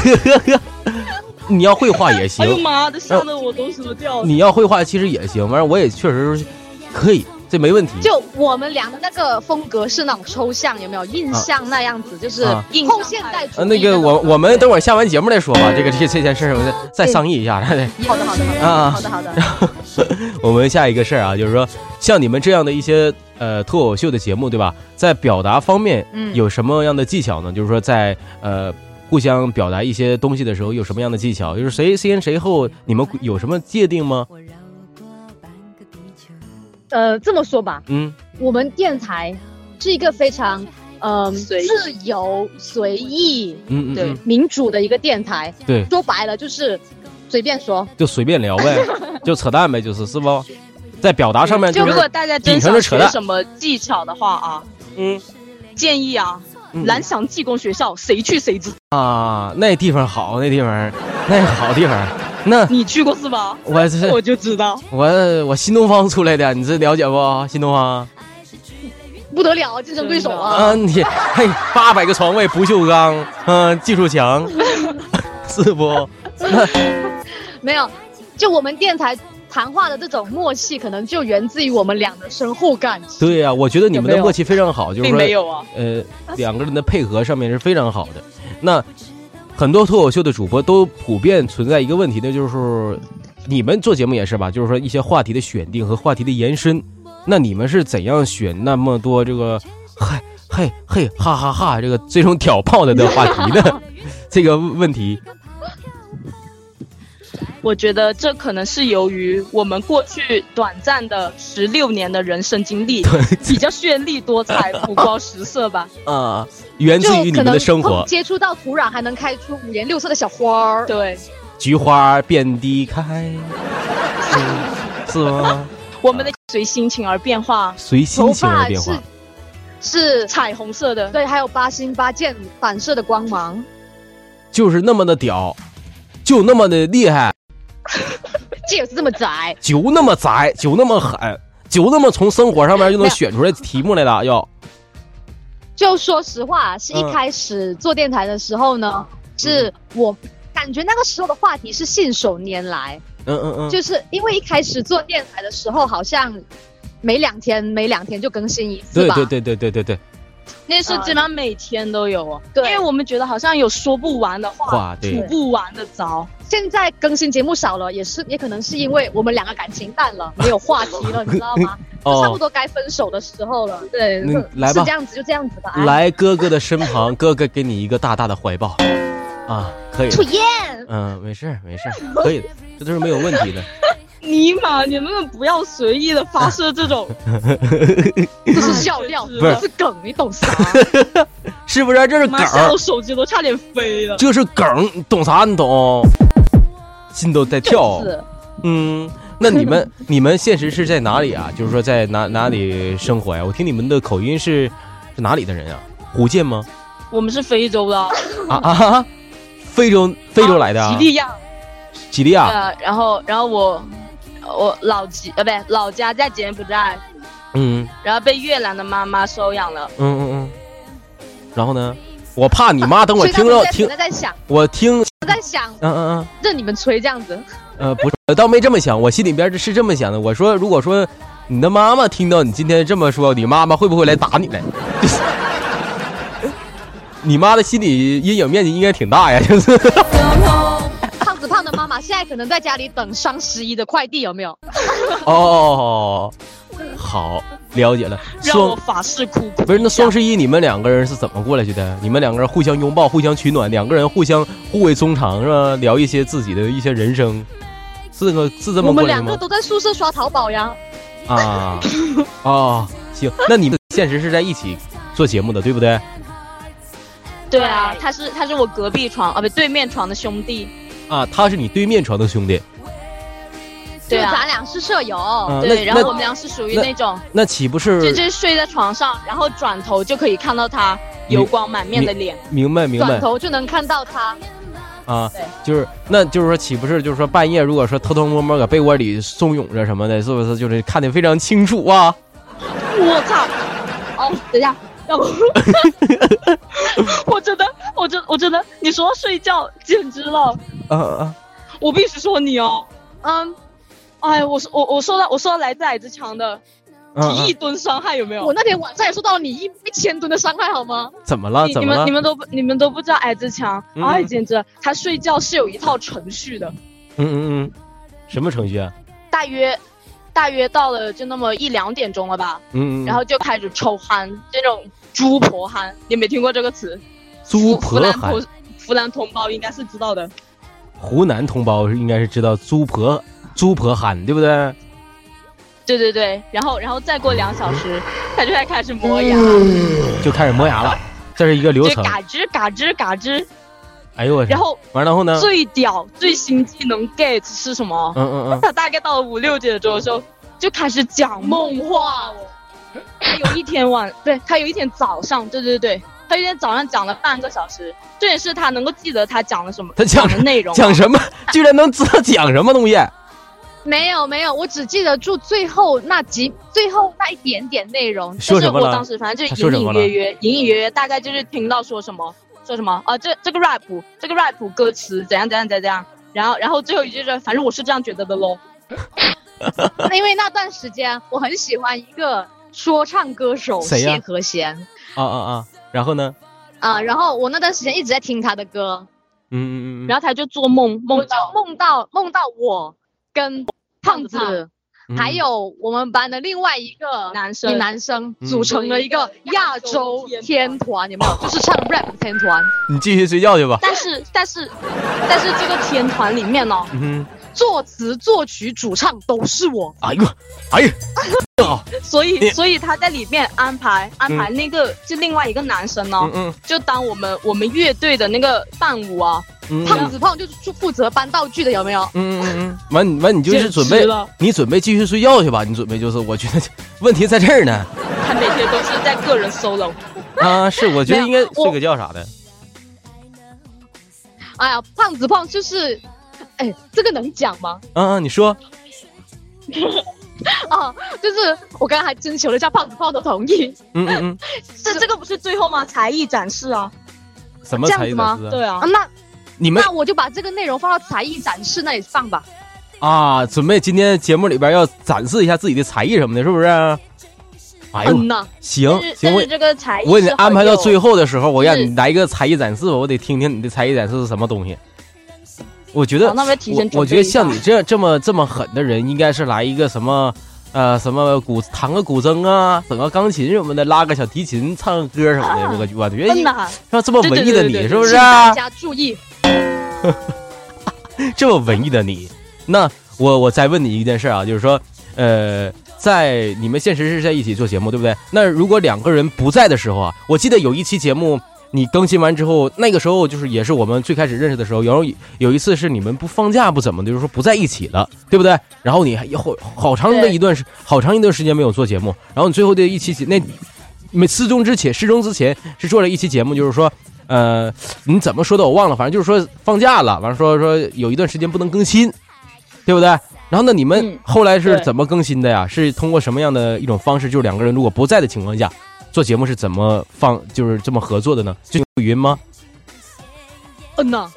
Speaker 4: 你要会画也
Speaker 3: 哎呦
Speaker 4: 行，
Speaker 3: 妈的，吓得我都说掉了。
Speaker 4: 你要会画其实也行，反正我也确实是可以，这没问题。
Speaker 5: 就我们俩的那个风格是那种抽象，有没有印象那样子，就是
Speaker 4: 啊
Speaker 5: 后现代主义
Speaker 4: 呃，那个
Speaker 5: 种
Speaker 4: 我我们等会儿下完节目再说吧，这个这这件事儿我们再再商议一下。
Speaker 5: 好的好的
Speaker 4: 啊
Speaker 5: 好的 好的好的，
Speaker 4: 我们下一个事儿啊，就是说像你们这样的一些呃脱口秀的节目，对吧？在表达方面
Speaker 5: 嗯
Speaker 4: 有什么样的技巧呢？就是说在呃互相表达一些东西的时候有什么样的技巧？就是谁先谁后，你们
Speaker 3: 嗯
Speaker 4: 有什么界定吗？
Speaker 5: 呃，这么说吧，
Speaker 4: 嗯，
Speaker 5: 我们电台是一个非常嗯、
Speaker 3: 随意
Speaker 5: 自由随意
Speaker 4: 嗯嗯，
Speaker 3: 对
Speaker 4: 嗯
Speaker 5: 民主的一个电台，
Speaker 4: 对，
Speaker 5: 说白了就是随便说，
Speaker 4: 就随便聊 呗，就扯淡呗，就是是不？在表达上
Speaker 3: 嗯
Speaker 4: 面
Speaker 3: 就
Speaker 4: 就
Speaker 3: 如果
Speaker 4: 是，
Speaker 3: 大家真
Speaker 4: 秉承着
Speaker 3: 想
Speaker 4: 扯
Speaker 3: 学
Speaker 4: 淡
Speaker 3: 什么技巧的话啊，
Speaker 4: 嗯
Speaker 3: 建议啊，
Speaker 4: 嗯
Speaker 3: 蓝翔技工学校谁去谁知，
Speaker 4: 啊，那地方好，那地方，那好地方，那
Speaker 3: 你去过是吧？
Speaker 4: 我这
Speaker 3: 我就知道，
Speaker 4: 我我新东方出来的，你这了解不？新东方
Speaker 5: 不得了啊，竞争对手啊，
Speaker 4: 啊，你嘿，八百个床位，不锈钢，嗯、技术强， 是不？
Speaker 5: 没有，就我们电台谈话的这种默契，可能就源自于我们俩的深厚感情。
Speaker 4: 对呀、我觉得你们
Speaker 3: 有没
Speaker 4: 的
Speaker 3: 有
Speaker 4: 默契非常好，就是
Speaker 3: 并
Speaker 4: 说
Speaker 3: 没有啊。
Speaker 4: 呃，两个人的配合上面是非常好的。那很多脱口秀的主播都普遍存在一个问题，那就是你们做节目也是吧？就是说一些话题的选定和话题的延伸，那你们是怎样选那么多这个嗨嘿 嘿哈哈哈这个这种挑炮的的话题呢？这个问题，
Speaker 3: 我觉得这可能是由于我们过去短暂的十六年的人生经历比较绚丽多 彩、五光十色吧。
Speaker 4: 啊，源自于你们的生活，
Speaker 5: 接触到土壤还能开出五颜六色的小花儿。
Speaker 3: 对，
Speaker 4: 菊花遍地开，是是吗？
Speaker 3: 我们的随心情而变化，
Speaker 4: 随心情而变
Speaker 5: 头
Speaker 4: 化
Speaker 5: 发。是
Speaker 3: 彩虹色的，
Speaker 5: 对，还有八星八箭反射的光芒，
Speaker 4: 就是那么的屌，就那么的厉害，
Speaker 5: 就是这么窄。
Speaker 4: 就那么宅，就那么狠，就那么从生活上面就能选出来题目来了。要
Speaker 5: 就说实话，是一
Speaker 4: 嗯
Speaker 5: 开始做电台的时候呢，是我感觉那个时候的话题是信手拈来，
Speaker 4: 嗯嗯嗯，
Speaker 5: 就是因为一开始做电台的时候，好像每两天每两天就更新一次
Speaker 4: 对
Speaker 5: 吧。
Speaker 4: 对对对对对对，
Speaker 3: 那时候基本上每天都有哦。
Speaker 5: 对
Speaker 3: 因为我们觉得好像有说不完的话，
Speaker 4: 话
Speaker 3: 吐
Speaker 4: 对，
Speaker 3: 不完的槽。
Speaker 5: 现在更新节目少了，也是也可能是因为我们两个感情淡了，没有话题了，你知道吗？就差不
Speaker 4: 哦，
Speaker 5: 多该分手的时候了。对，
Speaker 4: 嗯
Speaker 5: 是
Speaker 4: 来吧
Speaker 5: 是这样子，就这样子吧。哎，
Speaker 4: 哦来哥哥的身旁，哥哥给你一个大大的怀抱，啊，可以了，
Speaker 5: 讨厌。
Speaker 4: 嗯，没事儿没事儿，可以的，这都是没有问 题的。
Speaker 3: 尼玛，你们不要随意的发射这 种，
Speaker 5: 不是笑料，
Speaker 3: 不
Speaker 4: 是
Speaker 5: 不是梗，你懂 啥？
Speaker 4: 是不是？这是梗
Speaker 3: 妈吓
Speaker 4: 儿
Speaker 3: 我，手机都差点飞了。
Speaker 4: 这是梗儿，你懂啥？你懂？心都在跳。
Speaker 5: 是
Speaker 4: 嗯，那你们 你们现实是在哪里啊？就是说在哪哪里生活呀、我听你们的口音是是哪里的人啊？福建吗？
Speaker 3: 我们是非洲的，
Speaker 4: 啊啊哈哈！非洲非洲来的、啊
Speaker 3: 吉，利亚。
Speaker 4: 吉利啊亚，
Speaker 3: 呃，然后然后我我老吉呃不对，老家在柬埔寨，
Speaker 4: 嗯
Speaker 3: 然后被越南的妈妈收养了。
Speaker 4: 嗯嗯嗯。然后呢？我怕你妈等我
Speaker 5: 所以他
Speaker 4: 哦听
Speaker 5: 们
Speaker 4: 着 听
Speaker 5: 现在可能在想，
Speaker 4: 我听，
Speaker 5: 我在想
Speaker 4: 嗯嗯嗯，
Speaker 5: 任你们吹这样子，
Speaker 4: 呃，不是，我倒没这么想，我心里边是这么想的。我说，如果说你的妈妈听到你今天这么说，你妈妈会不会来打你来？ 你妈的心理阴影面积应该挺大呀，就是。
Speaker 5: 胖子胖的妈妈现在可能在家里等双十一的快递，有没有？
Speaker 4: 哦，好，了解了。
Speaker 3: 让我
Speaker 4: 双
Speaker 3: 法式哭哭。
Speaker 4: 不是那双十一，你们两个人是怎么过来去的？你们两个人互相拥抱，互相取暖，两个人互相互为衷肠是吧？聊一些自己的一些人生，是个是这
Speaker 5: 我
Speaker 4: 么
Speaker 5: 们
Speaker 4: 过来的
Speaker 5: 两个
Speaker 4: 吗？
Speaker 5: 都在宿舍刷淘宝呀。
Speaker 4: 啊，哦，行，那你们现实是在一起做节目的，对不对？
Speaker 3: 对啊，他是他是我隔壁床啊，不对面床的兄弟。
Speaker 4: 啊，他是你对面床的兄弟，
Speaker 3: 对
Speaker 5: 就
Speaker 3: 啊，
Speaker 5: 咱俩是舍友。
Speaker 4: 啊那
Speaker 3: 对，然后
Speaker 4: 那
Speaker 3: 我们俩是属于
Speaker 4: 那
Speaker 3: 那种，
Speaker 4: 那岂不
Speaker 3: 就是就是睡在床上，然后转头就可以看到他油光满面的脸。
Speaker 4: 明白明
Speaker 5: 转
Speaker 4: 白
Speaker 5: 头就能看到他，
Speaker 4: 啊
Speaker 3: 对？
Speaker 4: 就是那就是说，岂不是就是说半夜如果说偷偷摸摸搁被窝里松涌着什么的，是不是就是看得非常清楚啊？
Speaker 3: 我操！哦，等一下，要不， 我真的，我真，我真的，你说到睡觉简直了，
Speaker 4: 啊啊！
Speaker 3: 我必须说你哦，
Speaker 5: 嗯，
Speaker 3: 哎，我说我我说到我说到来自矮子强的
Speaker 4: 啊啊
Speaker 3: 几亿吨伤害有没有？
Speaker 5: 我那天晚上也受到你一一千吨的伤害，好吗？
Speaker 4: 怎么了？
Speaker 3: 你
Speaker 4: 啊怎
Speaker 3: 你
Speaker 4: 么
Speaker 3: 们
Speaker 4: 了
Speaker 3: 你？们都不你们都不知道矮子强，
Speaker 4: 嗯
Speaker 3: 哎，简直了，他睡觉是有一套程序的，
Speaker 4: 嗯嗯嗯，什么程序啊？
Speaker 3: 大约。大约到了就那么一两点钟了吧，
Speaker 4: 嗯，嗯嗯
Speaker 3: 然后就开始抽鼾，这种猪婆鼾，你没听过这个词？
Speaker 4: 猪
Speaker 3: 湖
Speaker 4: 婆
Speaker 3: 南
Speaker 4: 喊
Speaker 3: 同湖南同胞应该是知道的。
Speaker 4: 湖南同胞是应该是知道猪婆猪婆喊对不 对？
Speaker 3: 对对对，然后然后再过两小
Speaker 4: 嗯
Speaker 3: 时，它就会开始磨牙，
Speaker 4: 就开始磨牙了，这是一嗯个流
Speaker 3: 就
Speaker 4: 程。
Speaker 3: 嘎吱嘎吱嘎吱。
Speaker 4: 哎呦我去！
Speaker 3: 然后
Speaker 4: 完了然后呢？
Speaker 3: 最屌、最新技能 get 是什么？
Speaker 4: 嗯嗯嗯，
Speaker 3: 它大概到了五六点钟的时候，就开始讲梦话哦。它有一天晚， 对，它有一天早上，对对对，它有一天早上讲了半个小时。重点是它能够记得它讲了什么，
Speaker 4: 他讲
Speaker 3: 的内容。啊
Speaker 4: 讲什么？居然能知道讲什么东西？啊
Speaker 5: 没有没有，我只记得住最后那集，最后那一点点内容。
Speaker 4: 说什
Speaker 3: 但
Speaker 4: 么
Speaker 3: 是我
Speaker 4: 了
Speaker 3: 当？时反正
Speaker 4: 他
Speaker 3: 就
Speaker 4: 说什
Speaker 3: 隐
Speaker 4: 么
Speaker 3: 隐
Speaker 4: 了
Speaker 3: 约约，隐隐约约，大概就是听到说什么说什么啊，这这个 rap 这个 rap 歌词怎样怎样怎样怎样，然后然后最后一句是，反正我是这样觉得的喽。
Speaker 4: 嗯
Speaker 5: 那因为那段时间我很喜欢一个说唱歌手
Speaker 4: 谁呀
Speaker 5: 谢和弦
Speaker 4: 啊啊啊！然后呢？
Speaker 5: 啊，然后我那段时间一直在听他的歌，
Speaker 4: 嗯嗯嗯嗯。
Speaker 3: 然后他就做梦
Speaker 5: 我
Speaker 3: 梦
Speaker 5: 就
Speaker 3: 到
Speaker 5: 梦到梦到我跟胖
Speaker 3: 胖
Speaker 5: 子
Speaker 4: 嗯
Speaker 5: 还有我们班的另外一个
Speaker 3: 男生
Speaker 5: 一男生
Speaker 4: 嗯
Speaker 5: 组成了一个亚洲天团，有没 有？就是唱 rap 的天团。
Speaker 4: 你继续睡觉去吧。
Speaker 3: 但是但是但是这个天团里面哦，
Speaker 4: 嗯，
Speaker 5: 作词、作曲、主唱都是我，
Speaker 4: 哎呦，哎呀，哦，
Speaker 3: 所以
Speaker 4: 你
Speaker 3: 所以他在里面安排安排那个、就另外一个男生哦，
Speaker 4: 嗯嗯
Speaker 3: 就当我们我们乐队的那个伴舞啊，
Speaker 4: 嗯，
Speaker 5: 胖子胖就是负责搬道具的，有没有？
Speaker 4: 嗯嗯嗯，完完，你就是准备
Speaker 3: 简直了，
Speaker 4: 你准备继续睡觉去吧。你准备就是，我觉得问题在这儿呢。
Speaker 3: 他每天都是在个人 solo。
Speaker 4: 啊，是，我觉得应
Speaker 5: 没
Speaker 4: 该
Speaker 5: 有
Speaker 4: 睡个觉啥的。
Speaker 5: 哎呀，胖子胖就是，哎，这个能讲吗？
Speaker 4: 啊，你说，
Speaker 5: 啊，就是我刚才还征求了一下胖子胖的同意，
Speaker 4: 嗯嗯嗯，
Speaker 3: 这这个不是最后吗？才艺展示啊，
Speaker 4: 什么
Speaker 5: 这样
Speaker 4: 才艺
Speaker 5: 子
Speaker 4: 老
Speaker 5: 吗
Speaker 4: 师啊？
Speaker 3: 对啊
Speaker 5: 啊，，那
Speaker 4: 你们
Speaker 5: 那我就把这个内容放到才艺展示那里放吧。
Speaker 4: 啊，准备今天节目里边要展示一下自己的才艺什么的，是不是？哎呦
Speaker 5: 嗯，呐，
Speaker 4: 行
Speaker 3: 但是
Speaker 4: 行，
Speaker 3: 但
Speaker 4: 我
Speaker 3: 是这个才艺
Speaker 4: 我给你
Speaker 3: 是很
Speaker 4: 安排到
Speaker 3: 有
Speaker 4: 最后的时候，我让
Speaker 3: 是
Speaker 4: 你来一个才艺展示吧，我得听听你的才艺展示是什么东西。我觉得
Speaker 3: 好，那边提前
Speaker 4: 我
Speaker 3: 准
Speaker 4: 我
Speaker 3: 备
Speaker 4: 觉得
Speaker 3: 一下
Speaker 4: 像你这这么这么狠的人，应该是来一个什么，呃，什么古弹个古筝啊，整个钢琴什么的，拉个小提琴，唱个歌什么的。我我觉得
Speaker 3: 真
Speaker 4: 应
Speaker 3: 的啊，
Speaker 4: 像这么
Speaker 3: 对对
Speaker 4: 文艺的
Speaker 3: 对
Speaker 4: 你，
Speaker 3: 对对
Speaker 4: 是不
Speaker 5: 请
Speaker 4: 是啊、
Speaker 5: 大家注意，
Speaker 4: 这么文艺的你，那我我再问你一件事啊，就是说，呃，在你们现实是在一起做节目，对不对？那如果两个人不在的时候啊，我记得有一期节目你更新完之后，那个时候就是也是我们最开始认识的时候，然后有一次是你们不放假不怎么的，就是说不在一起了，对不对？然后你还好好长的一段时好长一段时间没有做节目，然后你最后的一期节那。没失踪之前，失踪之前是做了一期节目，就是说，呃，你怎么说的我忘了，反正就是说放假了，完了说说有一段时间不能更新，对不对？然后呢，你们
Speaker 3: 嗯
Speaker 4: 后来是
Speaker 3: 对
Speaker 4: 怎么更新的呀？是通过什么样的一种方式？就是两个人如果不在的情况下，做节目是怎么放，就是这么合作的呢？就用语音吗？
Speaker 5: 嗯呐，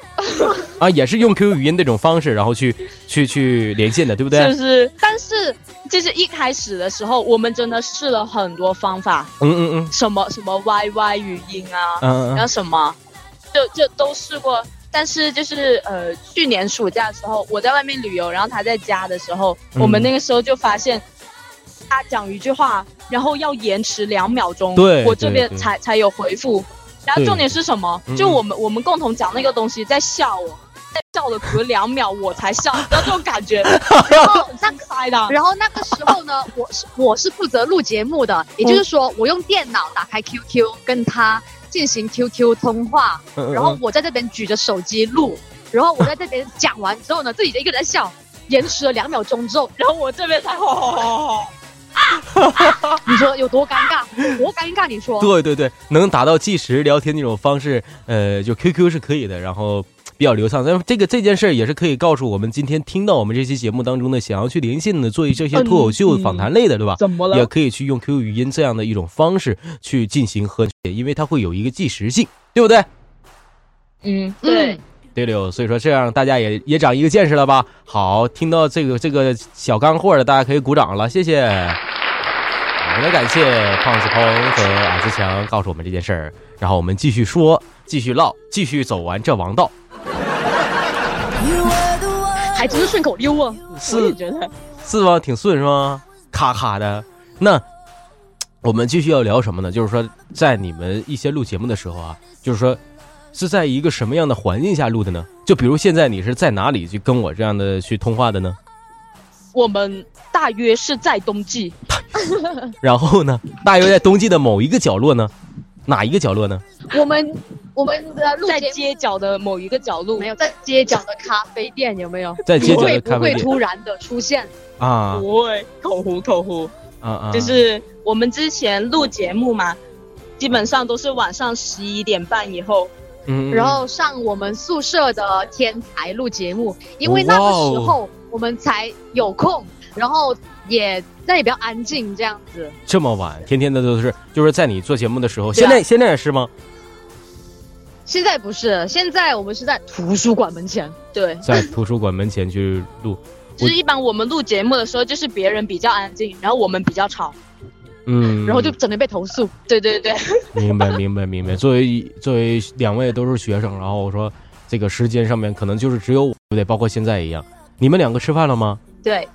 Speaker 4: 啊，也是用 QQ 语音这种方式，然后去去去连线的，对不啊对？
Speaker 3: 是不是？
Speaker 5: 但是
Speaker 3: 就是一开始的时候，我们真的试了很多方法，
Speaker 4: 嗯嗯嗯
Speaker 3: 什么什么 YY 语音啊，
Speaker 4: 嗯
Speaker 3: 然
Speaker 4: 嗯
Speaker 3: 后什么，就就都试过。但是就是呃，去年暑假的时候，我在外面旅游，然后他在家的时候，
Speaker 4: 嗯
Speaker 3: 我们那个时候就发现，他讲一句话，然后要延迟两秒钟，
Speaker 4: 对
Speaker 3: 我这边
Speaker 4: 对对
Speaker 3: 才才有回复。然后
Speaker 4: 对
Speaker 3: 重点是什么
Speaker 4: 嗯？
Speaker 3: 就我们我们共同讲那个东西，在笑我，在笑了隔两秒我才 笑，你知道这种感觉，
Speaker 5: 然后那
Speaker 3: 那塞的。
Speaker 5: 然后那个时候呢，我是我是负责录节目的，
Speaker 4: 嗯
Speaker 5: 也就是说，我用电脑打开 QQ 跟他进行 QQ 通话，
Speaker 4: 嗯，
Speaker 5: 然后我在这边举着手机录，然后我在这边讲完之后呢，自己一个人在笑，延迟了两秒钟之后，
Speaker 3: 然后我这边才吼吼吼吼，
Speaker 5: 你说有多尴尬？ 多尴尬？你说？
Speaker 4: 对对对，能达到即时聊天那种方式，呃，就 QQ 是可以的，然后比较流畅。但是这个这件事儿也是可以告诉我们，今天听到我们这期节目当中的，想要去连线的，做一这些脱口秀
Speaker 3: 嗯
Speaker 4: 访谈类的，对吧？
Speaker 3: 怎么
Speaker 4: 也？可以去用 QQ 语音这样的一种方式去进行和解，因为它会有一个即时性，对不对？
Speaker 3: 嗯，
Speaker 5: 嗯
Speaker 3: 对，，
Speaker 4: 对了，所以说这样大家也也长一个见识了吧？好，听到这个这个小干货的，大家可以鼓掌了，谢谢。我们来感谢胖子鹏和马自强告诉我们这件事儿，然后我们继续说，继续唠，继续走完这王道。
Speaker 5: 还真是顺口溜
Speaker 3: 哦
Speaker 5: 啊！
Speaker 3: 我也
Speaker 4: 是
Speaker 3: 觉得
Speaker 4: 是吗？挺顺是吗？咔咔的。那我们继续要聊什么呢？就是说，在你们一些录节目的时候啊，就是说是在一个什么样的环境下录的呢？就比如现在你是在哪里去跟我这样的去通话的呢？
Speaker 3: 我们大约是在冬季，
Speaker 4: 然后呢，大约在冬季的某一个角落呢，哪一个角落呢？
Speaker 5: 我们我们的录
Speaker 3: 在
Speaker 5: 节
Speaker 3: 街角的某一个角
Speaker 5: 目
Speaker 3: 落
Speaker 5: 没。有在街角的咖啡店有没有？
Speaker 4: 在街角的
Speaker 5: 你会
Speaker 4: 咖
Speaker 5: 不
Speaker 4: 啡
Speaker 5: 会
Speaker 4: 店
Speaker 5: 突然的出现？
Speaker 4: 啊
Speaker 3: 不会，口胡口胡，
Speaker 4: 啊啊！
Speaker 3: 就是我们之前录节目嘛，基本上都是晚上十一点半以后。
Speaker 4: 嗯，嗯
Speaker 5: 然后上我们宿舍的天台录节目，因为那个时候我们才有空，然后也那里比较安静这样子。
Speaker 4: 这么晚，天天的都是，就是在你做节目的时候，
Speaker 5: 对
Speaker 4: 现
Speaker 5: 啊
Speaker 4: 在现在也是吗？
Speaker 5: 现在不是，现在我们是在图书馆门前。
Speaker 3: 对，
Speaker 4: 在图书馆门前去录，
Speaker 3: 就是一般我们录节目的时候，就是别人比较安静，然后我们比较吵。
Speaker 4: 嗯，
Speaker 5: 然后就整天被投诉，
Speaker 3: 对对对，
Speaker 4: 明白，明白，明白。作为作为两位都是学生，然后我说这个时间上面可能就是只有我对不对，包括现在一样。你们两个吃饭了吗？
Speaker 3: 对，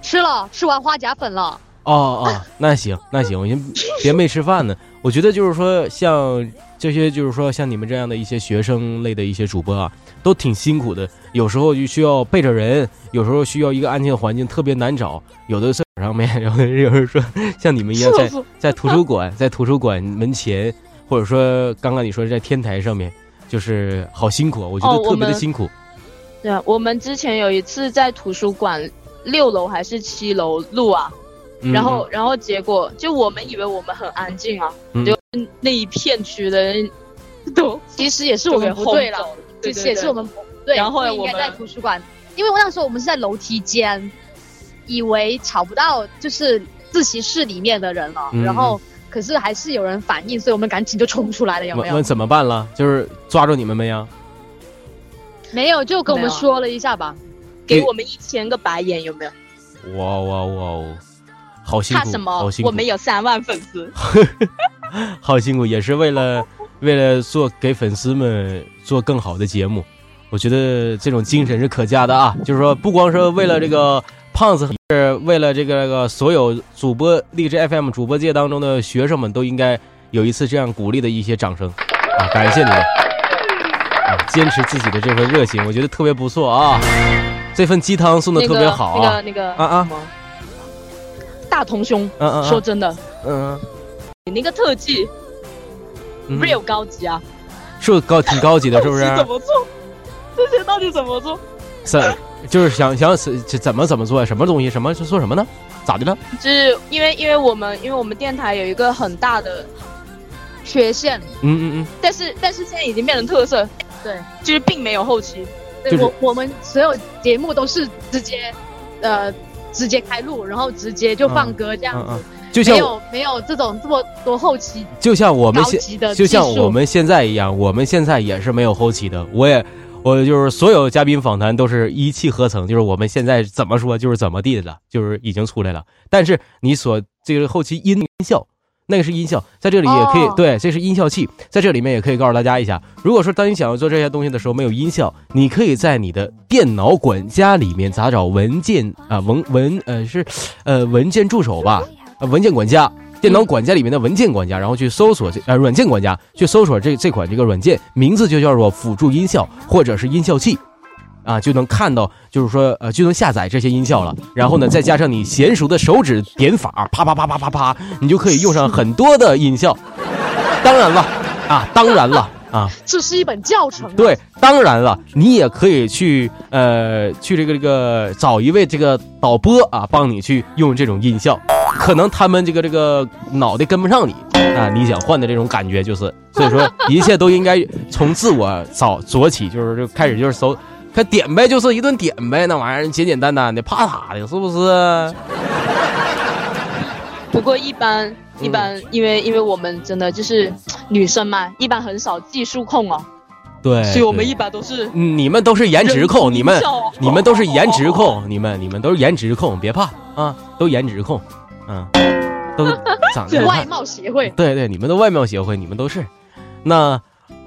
Speaker 5: 吃了，吃完花甲粉了。
Speaker 4: 哦哦，那行那行，我先别没吃饭呢。我觉得就是说，像这些就是说像你们这样的一些学生类的一些主播啊，都挺辛苦的。有时候就需要背着人，有时候需要一个安静的环境，特别难找。有的是上面， 有的有人说像你们一样在
Speaker 3: 厕所
Speaker 4: 在图书馆，在图书馆门前，或者说刚刚你说在天台上面，就是好辛苦啊，我觉
Speaker 6: 哦
Speaker 4: 得
Speaker 6: 我
Speaker 4: 特别的
Speaker 6: 们
Speaker 4: 辛苦。
Speaker 6: 对啊，我们之前有一次在图书馆六楼还是七楼录啊，
Speaker 4: 嗯
Speaker 6: 然后然后结果就我们以为我们很安静啊，
Speaker 4: 嗯
Speaker 6: 就那一片区的人都
Speaker 5: 其实也是
Speaker 6: 就
Speaker 5: 我
Speaker 6: 给
Speaker 5: 们不
Speaker 6: 轰
Speaker 5: 对
Speaker 6: 走
Speaker 5: 了，
Speaker 6: 了，
Speaker 5: 其
Speaker 6: 对
Speaker 5: 实也是我。们不对，
Speaker 6: 然后
Speaker 5: 不
Speaker 6: 呢
Speaker 5: 应
Speaker 6: 我
Speaker 5: 该
Speaker 6: 们
Speaker 5: 在图书馆，因为那时候我们是在楼梯间，以为找不到就是自习室里面的人啊了，
Speaker 4: 嗯
Speaker 5: 然后可是还是有人反应，所以我们赶紧就冲出来了，有没
Speaker 4: 问
Speaker 5: 有
Speaker 4: 问？怎么办了？就是抓住你们没啊呀？
Speaker 5: 没有，就跟我们
Speaker 6: 没有
Speaker 5: 说了一下吧。
Speaker 6: 对给我们一千个白眼，有没有？
Speaker 4: 哇哇哇哦，好辛
Speaker 6: 怕
Speaker 4: 苦，
Speaker 6: 什么
Speaker 4: 好？辛苦，
Speaker 6: 我们有三万粉丝，
Speaker 4: 好辛苦，也是为了 为了做给粉丝们做更好的节目，我觉得这种精神是可嘉的啊！ 就是说，不光是为了这个胖子，是为了这个、这个所有主播励志 FM 主播界当中的学生们都应该有一次这样鼓励的一些掌声啊！感谢你们。啊，坚持自己的这份热情，我觉得特别不错啊！这份鸡汤送的特别好啊！
Speaker 6: 那个那个那个
Speaker 4: 啊啊
Speaker 6: 什么大同兄，
Speaker 4: 嗯嗯嗯
Speaker 6: 说真的，
Speaker 4: 嗯
Speaker 6: 你那个特技
Speaker 4: 嗯
Speaker 6: real 高级啊，
Speaker 4: 是不是高挺高级的，是不是？
Speaker 6: 怎么做？这些到底怎么做？
Speaker 4: 怎就是想想怎怎么怎么做呀？什么东西？什么是做什么呢？咋的了？
Speaker 6: 就是因为因为我们因为我们电台有一个很大的
Speaker 5: 缺陷，
Speaker 4: 嗯嗯
Speaker 6: 但是但是现在已经变成特色，
Speaker 5: 对，
Speaker 6: 就是并没有后期，
Speaker 5: 对、
Speaker 4: 就是
Speaker 5: 我我们所有节目都是直接，呃，直接开录，然后直接就放歌
Speaker 4: 嗯
Speaker 5: 这样
Speaker 4: 嗯
Speaker 5: 子，
Speaker 4: 嗯，就
Speaker 5: 没
Speaker 4: 像
Speaker 5: 有没有这种这么多后期
Speaker 4: 就像我
Speaker 5: 高
Speaker 4: 们现
Speaker 5: 级的技
Speaker 4: 就
Speaker 5: 术，
Speaker 4: 像我们现在一样，我们现在也是没有后期的。我也我就是所有嘉宾访谈都是一气呵成，就是我们现在怎么说就是怎么地的了，就是已经出来了。但是你所这个后期音效。那个是音效，在这里也可以、
Speaker 5: 哦
Speaker 4: 对，这是音效器，在这里面也可以告诉大家一下，如果说当你想要做这些东西的时候没有音效，你可以在你的电脑管家里面查找文件啊、文文呃是呃文件助手吧，呃文件管家，电脑管家里面的文件管家，然后去搜索这呃软件管家，去搜索这这款这个软件，名字就叫做辅助音效或者是音效器。啊，就能看到，就是说，呃，就能下载这些音效了。然后呢，再加上你娴熟的手指点法，啪啪啪啪啪啪，你就可以用上很多的音效。当然了，啊，当然了，啊，
Speaker 5: 这是一本教程、啊，
Speaker 4: 对，当然了，你也可以去呃去这个这个找一位这个导播啊，帮你去用这种音效。可能他们这个这个脑袋跟不上你啊，你想换的这种感觉就是，所以说一切都应该从自我找做起，就是就开始就是搜，看点呗，就是一顿点呗，那玩意儿简简单单的，啪嗒的，是不是？
Speaker 6: 不过一般
Speaker 4: 嗯
Speaker 6: 一般，因为因为我们真的就是女生嘛，一般很少技术控哦，
Speaker 4: 对，
Speaker 6: 所以我们
Speaker 4: 对嗯
Speaker 6: 一般都是
Speaker 4: 你们都是哎颜值控，
Speaker 6: 人
Speaker 4: 你们
Speaker 6: 笑哦
Speaker 4: 你们都是颜值控，你们你们都是颜值控，别怕啊，都颜值控，嗯，都长得好
Speaker 5: 外
Speaker 4: 看，
Speaker 5: 貌协会，
Speaker 4: 对对，你们都外貌协会，你们都是。那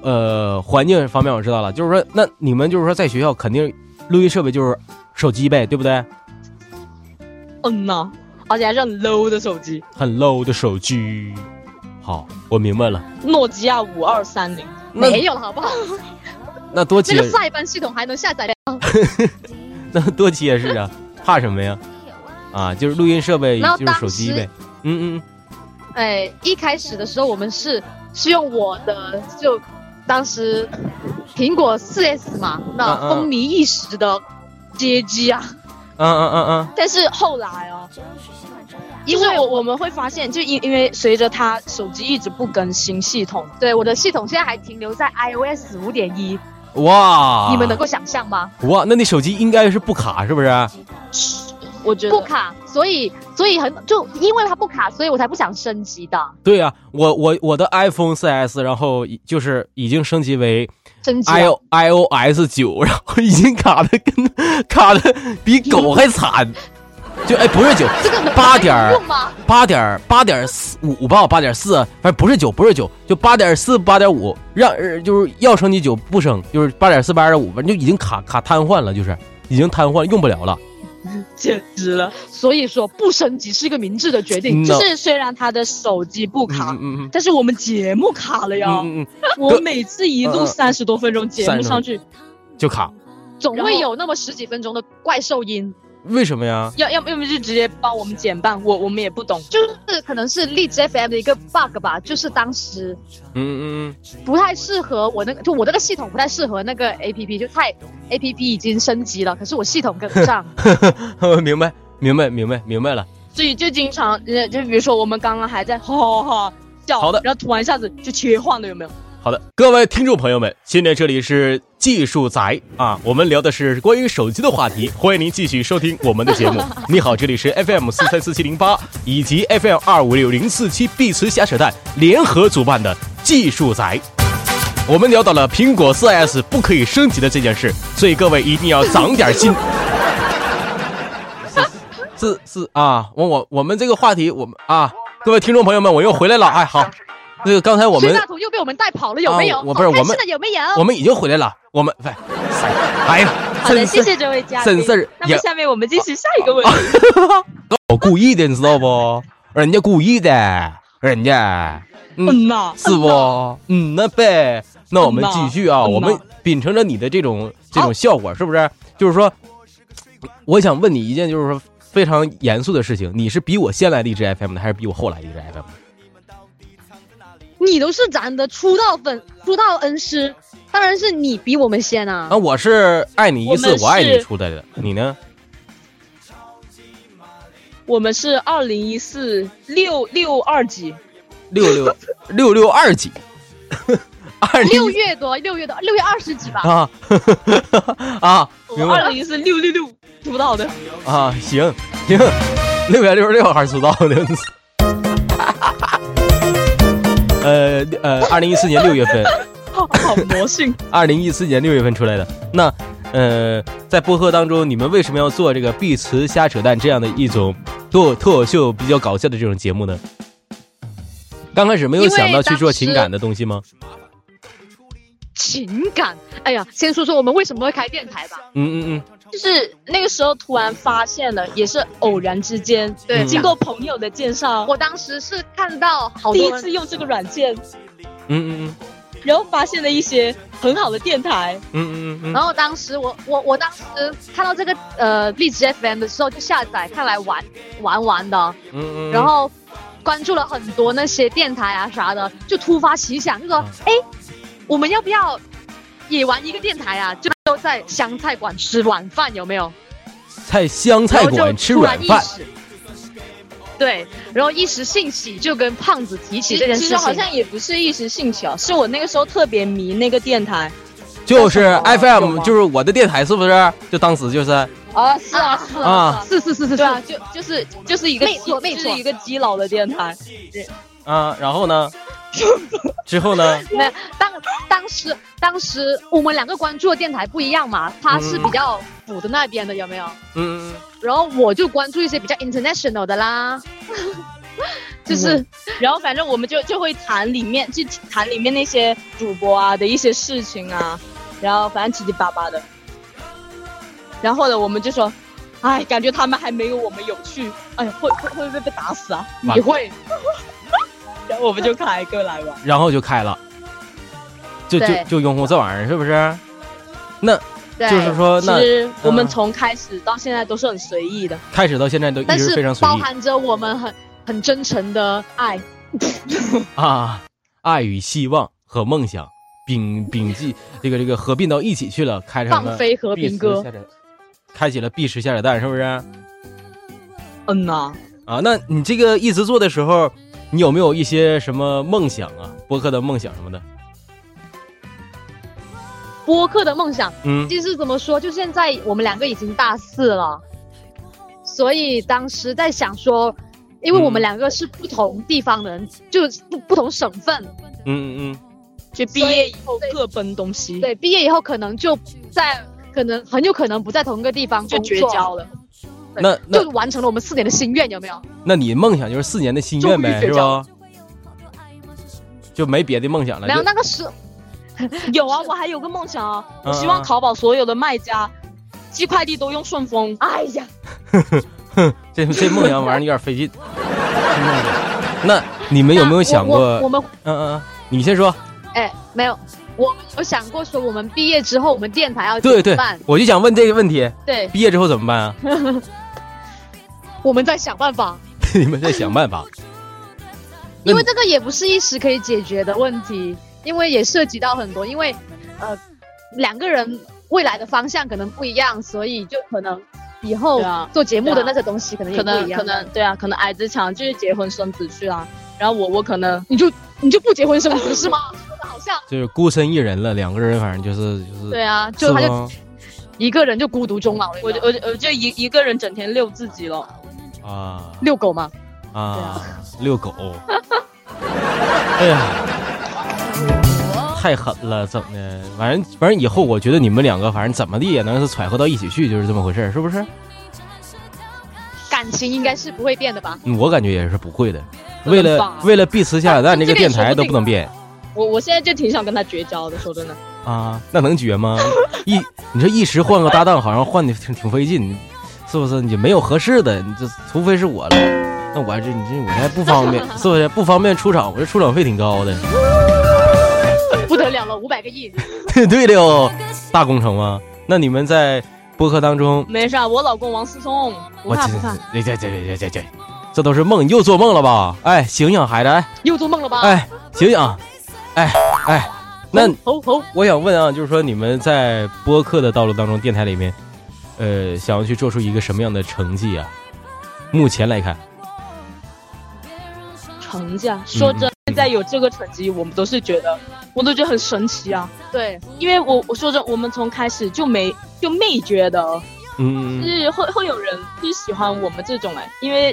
Speaker 4: 呃，环境方面我知道了，就是说，那你们就是说在学校肯定录音设备就是手机呗，对不对？
Speaker 6: 嗯呐、而且还是很 low 的手机，
Speaker 4: 很 low 的手机。好，我明白了。
Speaker 6: 诺基亚五二三零，
Speaker 4: 那
Speaker 5: 没有了好不好？
Speaker 4: 那多
Speaker 5: 那
Speaker 4: 结
Speaker 5: 个塞班系统还能下载，
Speaker 4: 那多结实啊，怕什么呀？啊，就是录音设备
Speaker 5: 然后
Speaker 4: 就是手机
Speaker 5: 当时
Speaker 4: 呗。嗯嗯
Speaker 5: 哎，一开始的时候我们是是用我的就当时苹果四 S 嘛，那
Speaker 4: 嗯嗯
Speaker 5: 风靡一时的街机啊，
Speaker 4: 嗯嗯嗯嗯
Speaker 6: 但是后来哦，
Speaker 5: 因
Speaker 6: 因
Speaker 5: 为
Speaker 6: 为
Speaker 5: 我
Speaker 6: 我我们会发现，就因因为随着它手机一直不更新系统，
Speaker 5: 对我的系统现在还停留在 iOS 五点一，
Speaker 4: 嗯，哇！
Speaker 5: 你们能够想象吗？
Speaker 4: 哇，那你手机应该是不卡是不是？
Speaker 6: 我觉得
Speaker 5: 不卡，所以所以很就因为它不卡，所以我才不想升级的，
Speaker 4: 对啊，我我我的 iPhone 4S，然后已就是已经升级为
Speaker 5: 升级啊
Speaker 4: i
Speaker 5: 了
Speaker 4: o i o s 九， 然后已经卡的跟 卡的比狗还惨，就哎不是九，
Speaker 5: 这个能
Speaker 4: 八点
Speaker 5: 能
Speaker 4: 儿
Speaker 5: 用吗？
Speaker 4: 八点八点四五吧，八点四，啊反正不是九，不是九，就八点四八点五，让呃就是要升级九不升，就是八点四八点五，反正就已经卡卡瘫痪了，就是已经瘫痪用不了了。
Speaker 7: 简直了！
Speaker 5: 所以说不升级是一个明智的决定。
Speaker 4: 嗯
Speaker 3: 就是虽然他的手机不卡，
Speaker 4: 嗯嗯
Speaker 7: 但是我们节目卡了呀，
Speaker 4: 嗯嗯
Speaker 7: 我每次一
Speaker 4: 嗯嗯
Speaker 7: 录三十多分钟节目上去，
Speaker 4: 嗯，就卡，
Speaker 5: 总
Speaker 3: 然
Speaker 5: 会
Speaker 3: 后
Speaker 5: 有那么十几分钟的怪兽音，
Speaker 4: 为什么呀？
Speaker 3: 要要要么就直接帮我们减半，我我们也不懂。
Speaker 5: 就是可能是荔枝 FM 的一个 bug 吧，就是当时
Speaker 4: 嗯嗯
Speaker 5: 不太适合我那个，就我那个系统不太适合那个 APP，就太 APP 已经升级了，可是我系统跟不上。
Speaker 4: 嗯， 明白明白明白明白了。
Speaker 3: 所以就经常，呃，就比如说我们刚刚还在哈哈哈笑，
Speaker 4: 好的
Speaker 3: 然后突然一下子就切换了，有没有？
Speaker 4: 好的，各位听众朋友们，现在这里是技术宅啊，我们聊的是关于手机的话题，欢迎您继续收听我们的节目。你好，这里是 FM 四三四七零八以及 FM 二五六零四七碧池瞎扯淡联合主办的技术宅。我们聊到了苹果 4S 不可以升级的这件事，所以各位一定要长点心。是是是啊，我我我们这个话题，我们啊，各位听众朋友们，我又回来了。哎，好，那个刚才我
Speaker 5: 崔
Speaker 4: 们
Speaker 5: 大同又被我们带跑了，有没有？
Speaker 4: 啊我
Speaker 3: 哦
Speaker 4: 不是
Speaker 5: 好开
Speaker 4: 我们
Speaker 5: 心的有没有？
Speaker 4: 我们已经回来了，我们喂，哎呀，
Speaker 3: 好的，谢谢这位嘉宾。
Speaker 4: 真事儿
Speaker 3: 那
Speaker 4: 也啊
Speaker 3: 么下面我们继续下一个问题。
Speaker 4: 我故意的，你知道不？人家故意的，人家
Speaker 7: 嗯呐，
Speaker 4: 是不？嗯那呗，那我
Speaker 7: 嗯
Speaker 4: 们
Speaker 7: 呐
Speaker 4: 继续啊，
Speaker 7: 嗯呐
Speaker 4: 我们秉承着你的这
Speaker 3: 嗯
Speaker 4: 种这种效果，是不是？就是说，我想问你一件，就是说非常严肃的事情，你是比我先来荔枝 FM 的，还是比我后来荔枝 FM 的？
Speaker 5: 你都是咱的出道粉，出道恩师，当然是你比我们先啊。
Speaker 4: 啊，我是爱你一次
Speaker 3: 我，们
Speaker 4: 我爱你
Speaker 3: 是
Speaker 4: 出来的，你呢？
Speaker 3: 我们是二零一四六六二级，
Speaker 4: 六六六六 二几？二零
Speaker 5: 六月多，六月多，六月二十几吧。
Speaker 4: 啊啊，明白
Speaker 3: 二零一四六六六出道的。
Speaker 4: 啊，行行，六百六十六还是出道的。呃呃，二零一四年六月份，
Speaker 3: 好好魔性，
Speaker 4: 二零一四年六月份出来的。那呃，在播客当中，你们为什么要做这个碧池瞎扯淡这样的一种脱脱口秀比较搞笑的这种节目呢？刚开始没有想到去做情感的东西吗？
Speaker 5: 情感，哎呀，先说说我们为什么会开电台吧。
Speaker 4: 嗯嗯
Speaker 3: 就是那个 时候突然发现了，也是偶然之间，
Speaker 4: 对
Speaker 3: 经过朋友的介绍，
Speaker 5: 我当时是看到好
Speaker 3: 第
Speaker 5: 多
Speaker 3: 一
Speaker 5: 人
Speaker 3: 次用这个软件，
Speaker 4: 嗯嗯
Speaker 3: 然后发现了一些很好的电台，
Speaker 4: 嗯嗯嗯嗯
Speaker 5: 然后当时我我我当时看到这个呃荔枝 FM 的时候就下载看来玩玩玩的，
Speaker 4: 嗯嗯，
Speaker 5: 然后关注了很多那些电台啊啥的，就突发奇想，就说
Speaker 4: 嗯
Speaker 5: 哎，我们要不要也玩一个电台啊？就都在湘菜馆吃晚饭有没有？
Speaker 4: 在湘菜
Speaker 5: 然后
Speaker 4: 馆
Speaker 5: 就
Speaker 4: 吃
Speaker 5: 突然
Speaker 4: 软
Speaker 5: 意
Speaker 4: 饭，
Speaker 5: 识，对，然后一时兴起就跟胖子提起
Speaker 3: 其
Speaker 5: 这件
Speaker 3: 实
Speaker 5: 事
Speaker 3: 其
Speaker 5: 情，
Speaker 3: 实好像也不是一时兴起啊，是我那个时候特别迷那个电台
Speaker 4: 就是
Speaker 3: 有
Speaker 4: FM，
Speaker 3: 吗
Speaker 4: 就是我的电台，是不是？就当时就是
Speaker 3: 啊，是
Speaker 5: 啊
Speaker 3: 是
Speaker 4: 啊，
Speaker 5: 是是是
Speaker 3: 对
Speaker 5: 是是，
Speaker 3: 啊，就就是就是一个
Speaker 5: 没错没错
Speaker 3: 就是一个基佬的电台，
Speaker 5: 嗯
Speaker 4: 啊，然后 呢？之后呢？
Speaker 5: 那当当时当时我们两个关注的电台不一样嘛，他是比较腐的那边的，有没有？
Speaker 4: 嗯，
Speaker 5: 然后我就关注一些比较 international 的啦，
Speaker 4: 嗯
Speaker 5: 就是
Speaker 3: 然后反正我们就就会谈里面就谈里面那些主播啊的一些事情啊，然后反正七七八八的，然后呢我们就说，哎，感觉他们还没有我们有趣，哎呀，会会会不会被打死啊？
Speaker 4: 完
Speaker 5: 你会
Speaker 3: 然后我们就开一个来玩。
Speaker 4: 然后就开了，就就
Speaker 5: 对
Speaker 4: 就用户这玩意儿是不是？
Speaker 5: 对，
Speaker 4: 就是说，
Speaker 3: 其
Speaker 4: 那
Speaker 3: 实我们
Speaker 4: 嗯
Speaker 3: 从开始到现在都是很随意的，
Speaker 4: 开始到现在都一
Speaker 5: 但
Speaker 4: 直非
Speaker 5: 是
Speaker 4: 常随
Speaker 5: 包
Speaker 4: 意
Speaker 5: 含着我们很很真诚的爱，
Speaker 4: 啊，爱与希望和梦想并并记这个这个合并到一起去了，开上了
Speaker 5: 放飞和
Speaker 4: 碧
Speaker 5: 平
Speaker 4: 池
Speaker 5: 哥
Speaker 4: 下载，开启了碧池下水蛋是不是？
Speaker 3: 嗯呐、
Speaker 4: 啊，那你这个一直做的时候，你有没有一些什么梦想啊？播客的梦想什么的？
Speaker 5: 播客的梦想。
Speaker 4: 嗯
Speaker 5: 就是怎么说，就现在我们两个已经大四了，所以当时在想说，因为我们两个是不同地方的人，就是不不同省份，
Speaker 4: 嗯嗯嗯。
Speaker 3: 就毕业以后各奔东西，
Speaker 5: 对，毕业以后可能就在，可能很有可能不在同一个地方
Speaker 3: 就
Speaker 5: 工
Speaker 3: 绝
Speaker 5: 作
Speaker 3: 交了。
Speaker 5: 对
Speaker 4: 那那
Speaker 5: 就完成了我们四年的心愿，有没有？
Speaker 4: 那你梦想就是四年的心愿呗，
Speaker 3: 终于
Speaker 4: 是
Speaker 3: 睡
Speaker 4: 吧？就没别的梦想了。
Speaker 5: 没有，
Speaker 4: 就
Speaker 5: 那个时
Speaker 3: 有啊，我还有个梦想啊，我希
Speaker 4: 嗯
Speaker 3: 望
Speaker 4: 嗯
Speaker 3: 淘宝所有的卖家寄快递都用顺丰。
Speaker 5: 哎呀，
Speaker 4: 这这梦想玩意儿有点费 劲。真的是那你们有没有想过？
Speaker 5: 我我我
Speaker 4: 嗯
Speaker 5: 们
Speaker 4: 嗯，嗯你先说。
Speaker 5: 哎没有，我们有想过说我们毕业之后我们电台要怎
Speaker 4: 对
Speaker 5: 么
Speaker 4: 对
Speaker 5: 办？，
Speaker 4: 我就想问这个问题：
Speaker 5: 对
Speaker 4: 毕业之后怎么办啊？
Speaker 5: 我们在想办法，
Speaker 4: 你们再想办法。那
Speaker 5: 因为这个也不是一时可以解决的问题，因为也涉及到很多，因为呃两个人未来的方向可能不一样，所以就可能以后
Speaker 3: 对啊
Speaker 5: 做节目
Speaker 3: 对
Speaker 5: 的
Speaker 3: 啊
Speaker 5: 那个东西可能也
Speaker 3: 可
Speaker 5: 不一
Speaker 3: 能
Speaker 5: 样。
Speaker 3: 可能对啊，可能矮子强就是结婚生子去啦，然后我我可能你就你就不结婚生子是 吗？
Speaker 5: 说的好像
Speaker 4: 就是孤身一人了，两个人反正就是就是。
Speaker 3: 对啊，
Speaker 4: 是
Speaker 5: 就他就
Speaker 4: 吗
Speaker 5: 一个人就孤独终老了，
Speaker 3: 我
Speaker 5: 我
Speaker 3: 就
Speaker 5: 就
Speaker 3: 我就我就一一个人整天遛自己了，
Speaker 4: 啊
Speaker 5: 遛狗嘛。
Speaker 4: 啊，遛狗。哎呀，太狠了，怎么的？反正反正以后我觉得你们两个反正怎么地也能是揣合到一起去，就是这么回事儿，是不是？
Speaker 5: 感情应该是不会变的吧？
Speaker 4: 嗯我感觉也是不会的。
Speaker 3: 不能
Speaker 4: 为了
Speaker 3: 吧
Speaker 4: 为了碧池下海啊蛋这个电台都不能
Speaker 3: 这
Speaker 4: 变
Speaker 3: 我我现在就挺想跟他绝交的，说真的。
Speaker 4: 啊，那能绝吗？ 一你说一时换个搭档，好像换的挺挺费劲，是不是？你没有合适的，你这除非是我了，那我还这你这我还不方 便，是不是？不方便出场，我这出场费挺高的。
Speaker 5: 不得了了，五百个亿，
Speaker 4: 对了哟，大工程吗？那你们在播客当中，
Speaker 3: 没事啊，我老公王思聪，不
Speaker 4: 我哎
Speaker 3: 怕
Speaker 4: 这
Speaker 3: 不怕。
Speaker 4: 这这这这这这，这都是梦，你又做梦了吧？哎，醒醒，孩子，
Speaker 3: 啊
Speaker 4: 哎
Speaker 5: 又做梦了吧？
Speaker 4: 哎，醒醒，哎哎，那
Speaker 5: 吼吼，
Speaker 4: 我想问啊，就是说你们在播客的道路当中，电台里面，呃，想要去做出一个什么样的成绩啊？目前来看，
Speaker 3: 成绩啊，说真的，
Speaker 4: 嗯
Speaker 3: 现在有这个成绩，我们都是觉得，我都觉得很神奇啊。
Speaker 5: 对，
Speaker 3: 因为我我说真的，我们从开始就没就没觉得，
Speaker 4: 嗯
Speaker 3: 就
Speaker 4: 嗯
Speaker 3: 是会会有人就喜欢我们这种哎，因为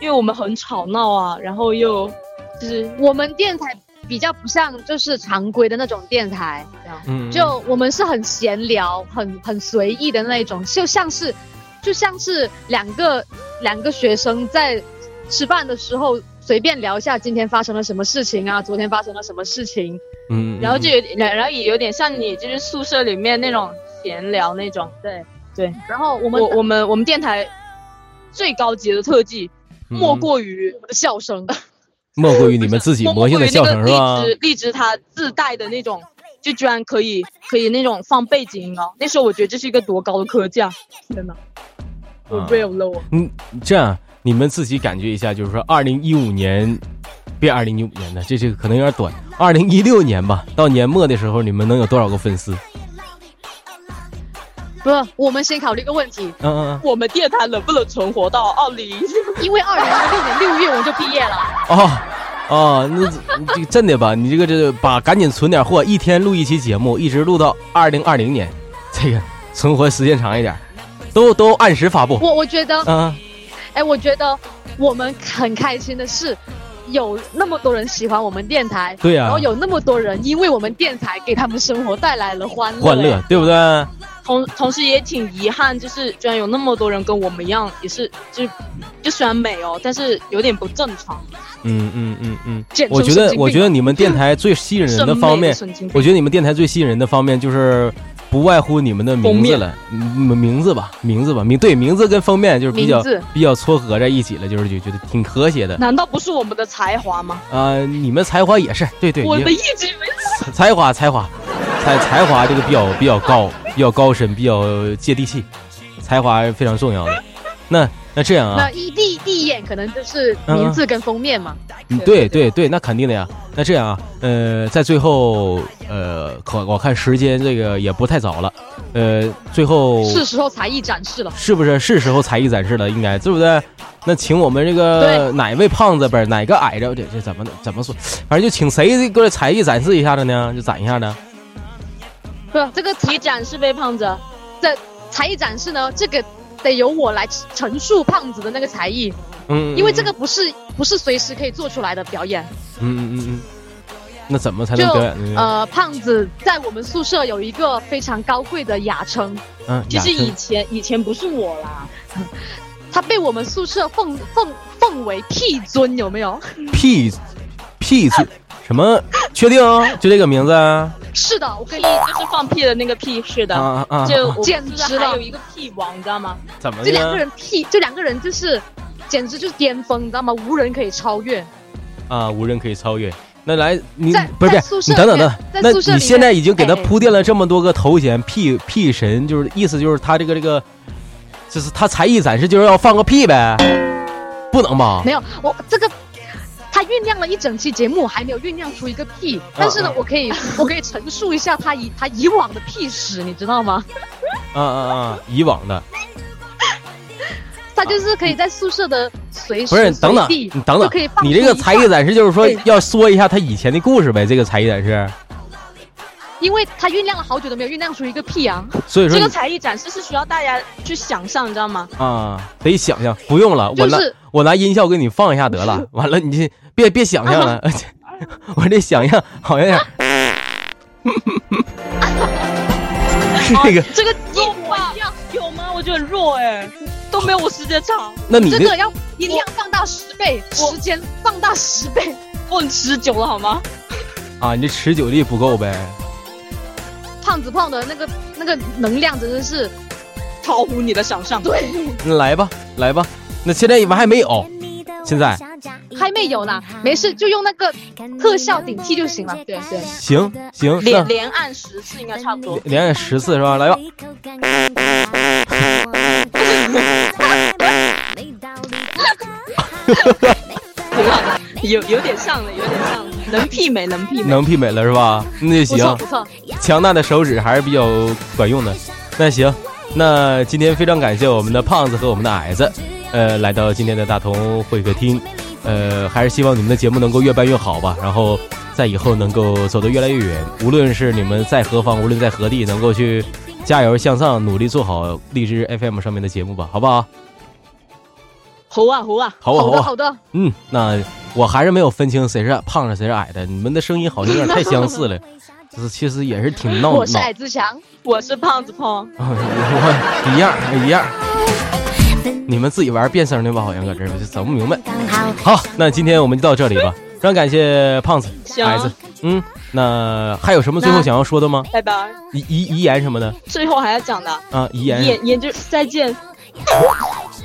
Speaker 3: 因为我们很吵闹啊，然后又
Speaker 4: 嗯
Speaker 3: 就是
Speaker 5: 我们电台比较不像就是常规的那种电台，
Speaker 4: 嗯，
Speaker 5: 就我们是很闲聊、很很随意的那一种，就像是就像是两个两个学生在吃饭的时候随便聊一下今天发生了什么事情啊，昨天发生了什么事情，
Speaker 4: 嗯，嗯
Speaker 3: 然后就有点然然后也有点像你就是宿舍里面那种闲聊那种。对
Speaker 5: 然后我们
Speaker 3: 我我们我们电台最高级的特技，莫
Speaker 4: 嗯
Speaker 3: 过于
Speaker 5: 我的笑声，
Speaker 4: 莫过于你们自 己
Speaker 3: 莫
Speaker 4: 魔性的笑声是吧
Speaker 3: 过于那个？荔枝荔枝它自带的那种，就居然可以可以那种放背景音了。那时候我觉得这是一个多高的科技啊！天哪，我
Speaker 4: 啊
Speaker 3: 被有 low 啊！
Speaker 4: 嗯，这样你们自己感觉一下，就是说，二零一五年，别二零一五年的，这这个可能有点短，二零一六年吧，到年末的时候，你们能有多少个粉丝？
Speaker 5: 不是，我们先考虑一个问题，
Speaker 4: 嗯嗯
Speaker 3: 我们电台能不能存活到二零？
Speaker 5: 因为二零一六年六月我们就毕业了，
Speaker 4: 嗯，哦哦，那你这个真的吧，你这个这把赶紧存点货，一天录一期节目，一直录到二零二零年，这个存活时间长一点，都 都按时发布。
Speaker 5: 我我觉得
Speaker 4: 嗯，
Speaker 5: 哎，我觉得我们很开心的是，有那么多人喜欢我们电台，
Speaker 4: 对啊呀、
Speaker 5: 然后有那么多人因为我们电台给他们生活带来了欢乐。哎
Speaker 4: 欢乐，对不嗯对？
Speaker 3: 同同时也挺遗憾，就是居然有那么多人跟我们一样，也是就就虽然美哦，但是有点不正常。
Speaker 4: 嗯嗯嗯嗯，
Speaker 5: 简直
Speaker 4: 我觉
Speaker 5: 神
Speaker 4: 得
Speaker 5: 经病
Speaker 4: 我觉得你们电台最吸引人的
Speaker 3: 审美
Speaker 4: 方面，
Speaker 3: 啊 神经病
Speaker 4: 我觉得你们电台最吸引人的方面就是不外乎你们的名字了，嗯名字吧，名字吧，名对名字跟封面就是比较
Speaker 5: 名字
Speaker 4: 比较撮合在一起了，就是就觉得挺和谐的。
Speaker 3: 难道不是我们的才华吗？
Speaker 4: 啊、你们才华也是，对对，
Speaker 3: 我
Speaker 4: 也
Speaker 3: 们一直以为
Speaker 4: 才华才华，才才华这个比较比较高，比较高深，比较接地气，才华是非常重要的。那那这样啊，
Speaker 5: 那一第第一眼可能就是名字跟封面嘛，
Speaker 4: 嗯，对对对，那肯定的呀。那这样啊，呃，在最后，呃，可我看时间这个也不太早了，呃，最后
Speaker 5: 是时候才艺展示了。
Speaker 4: 是不是是时候才艺展示了？应该对不对？那请我们这个哪位胖子不是哪个矮着这这怎么怎么说？反正就请谁过来才艺展示一下子呢？就展一下呢？
Speaker 5: 不，这个才
Speaker 3: 你展示呗，胖子。
Speaker 5: 这才艺展示呢，这个得由我来陈述胖子的那个才艺，
Speaker 4: 嗯，
Speaker 5: 因为这个不是不是随时可以做出来的表演。
Speaker 4: 嗯，嗯嗯嗯嗯，那怎么才
Speaker 5: 就
Speaker 4: 能表演嗯呢？
Speaker 5: 呃，胖子在我们宿舍有一个非常高贵的雅称，
Speaker 4: 嗯，
Speaker 3: 其实
Speaker 4: 雅
Speaker 3: 以
Speaker 4: 生
Speaker 3: 前以前不是我啦，
Speaker 5: 他被我们宿舍奉奉奉为屁尊，有没有？
Speaker 4: 屁屁嘴什么？确定、就这个名字啊？
Speaker 6: 是的，我跟你就是放屁的那个屁，是的，
Speaker 4: 啊啊！嗯
Speaker 6: 就我们
Speaker 5: 简
Speaker 6: 宿
Speaker 5: 直
Speaker 6: 舍
Speaker 5: 了
Speaker 6: 还有一个屁王，你知道吗？
Speaker 4: 怎么
Speaker 5: 这两个
Speaker 4: 呢？
Speaker 5: 人屁，这两个人就是，简直就是巅峰，你知道吗？无人可以超越。
Speaker 4: 啊，无人可以超越。那来，你
Speaker 5: 在
Speaker 4: 不是
Speaker 5: 在
Speaker 4: 不
Speaker 5: 宿
Speaker 4: 是，
Speaker 5: 舍
Speaker 4: 你等等
Speaker 5: 里
Speaker 4: 等
Speaker 5: 面，在
Speaker 4: 那
Speaker 5: 宿舍
Speaker 4: 你
Speaker 5: 里
Speaker 4: 现
Speaker 5: 面
Speaker 4: 在已经给他
Speaker 5: 哎
Speaker 4: 铺垫了这么多个头衔，屁屁神就是意思就是他这个这个，就是他才艺展示就是要放个屁呗，不能吧？
Speaker 5: 没有，我这个他酝酿了一整期节目，还没有酝酿出一个屁。但是呢，
Speaker 4: 嗯
Speaker 5: 我可以我可以陈述一下他以他以往的屁史，你知道吗？
Speaker 4: 啊啊啊！以往的
Speaker 5: 他就是可以在宿舍的随
Speaker 4: 不是
Speaker 5: 时，
Speaker 4: 等
Speaker 5: 随
Speaker 4: 等，
Speaker 5: 地
Speaker 4: 你等
Speaker 5: 就
Speaker 4: 等
Speaker 5: 可以，放
Speaker 4: 你这个
Speaker 5: 出一
Speaker 4: 才艺
Speaker 5: 段，
Speaker 4: 展示就是说
Speaker 5: 对
Speaker 4: 要说一下他以前的故事呗，这个才艺展示。
Speaker 5: 因为他酝酿了好久都没有酝酿出一个屁啊。
Speaker 4: 所以说
Speaker 6: 这个
Speaker 4: 你
Speaker 6: 才艺展示是需要大家去想象，你知道吗？
Speaker 4: 啊，得想想，不用了，
Speaker 5: 就
Speaker 4: 我拿
Speaker 5: 是
Speaker 4: 我拿音效给你放一下得 了。完了，你这别别想象了，
Speaker 5: 啊
Speaker 4: 我这想象好像有点是这个。
Speaker 6: 这个硬吧有吗？我觉得很弱哎、都没有我时间长，
Speaker 4: 那你
Speaker 5: 这
Speaker 4: 这
Speaker 5: 个要音量放大十倍，时间放大十倍。
Speaker 6: 我很持久了好吗？
Speaker 4: 啊，你这持久力不够呗？
Speaker 5: 胖子胖的那个那个能量真的是
Speaker 6: 超乎你的想象。
Speaker 5: 对，
Speaker 4: 那嗯来吧，来吧。那现在你们还没有，现在
Speaker 5: 还没有呢，没事就用那个特效顶替就行了。
Speaker 8: 对对，
Speaker 4: 行行，那
Speaker 6: 连连按十次应该差不多。
Speaker 4: 连按十次是吧？来 吧，
Speaker 6: 有有点像了，有点像了，能媲美，能媲美。
Speaker 4: 能媲美了是吧？那就
Speaker 5: 不错
Speaker 4: 行，
Speaker 5: 不错，
Speaker 4: 强大的手指还是比较管用的。那行，那今天非常感谢我们的胖子和我们的矮子，呃，来到今天的大同会客厅，呃，还是希望你们的节目能够越办越好吧，然后在以后能够走得越来越远，无论是你们在何方，无论在何地，能够去加油向上，努力做好荔枝 FM 上面的节目吧，好不好？
Speaker 6: 猴啊猴啊，
Speaker 4: 好啊，
Speaker 5: 好
Speaker 4: 好
Speaker 5: 的
Speaker 4: 啊。
Speaker 5: 好的，
Speaker 4: 嗯，那我还是没有分清谁是胖的，谁是矮的。你们的声音好像有点太相似了，就是其实也是挺闹
Speaker 5: 我是
Speaker 4: 闹，
Speaker 5: 矮自强，
Speaker 6: 我是胖子胖，
Speaker 4: 我一样一样。你们自己玩变声的吧，好像搁这儿，我就整不明白。好，那今天我们就到这里吧，非常感谢胖子、
Speaker 6: 行
Speaker 4: 矮子。嗯，那还有什么最后想要说的吗？
Speaker 6: 拜拜。
Speaker 4: 遗遗遗言什么的
Speaker 6: 最后还要讲的，
Speaker 4: 啊？遗言
Speaker 6: 研研究再见。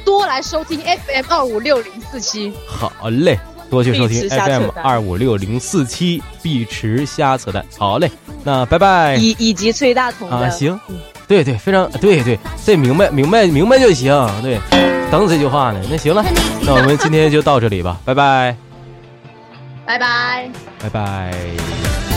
Speaker 5: 多来收
Speaker 4: 哎
Speaker 5: 听 FM 二五六零四七。
Speaker 4: 好嘞，多去收听
Speaker 6: 碧池瞎扯
Speaker 4: FM
Speaker 6: 淡
Speaker 4: 二五六零四七碧池瞎扯淡。好嘞，那拜拜。
Speaker 6: 以以及崔大同的、
Speaker 4: 啊，行，对对，非常对对，这明白明白明白就行，对，等这句话呢，那行了，那我们今天就到这里吧，拜拜，
Speaker 5: 拜拜。
Speaker 4: 拜拜。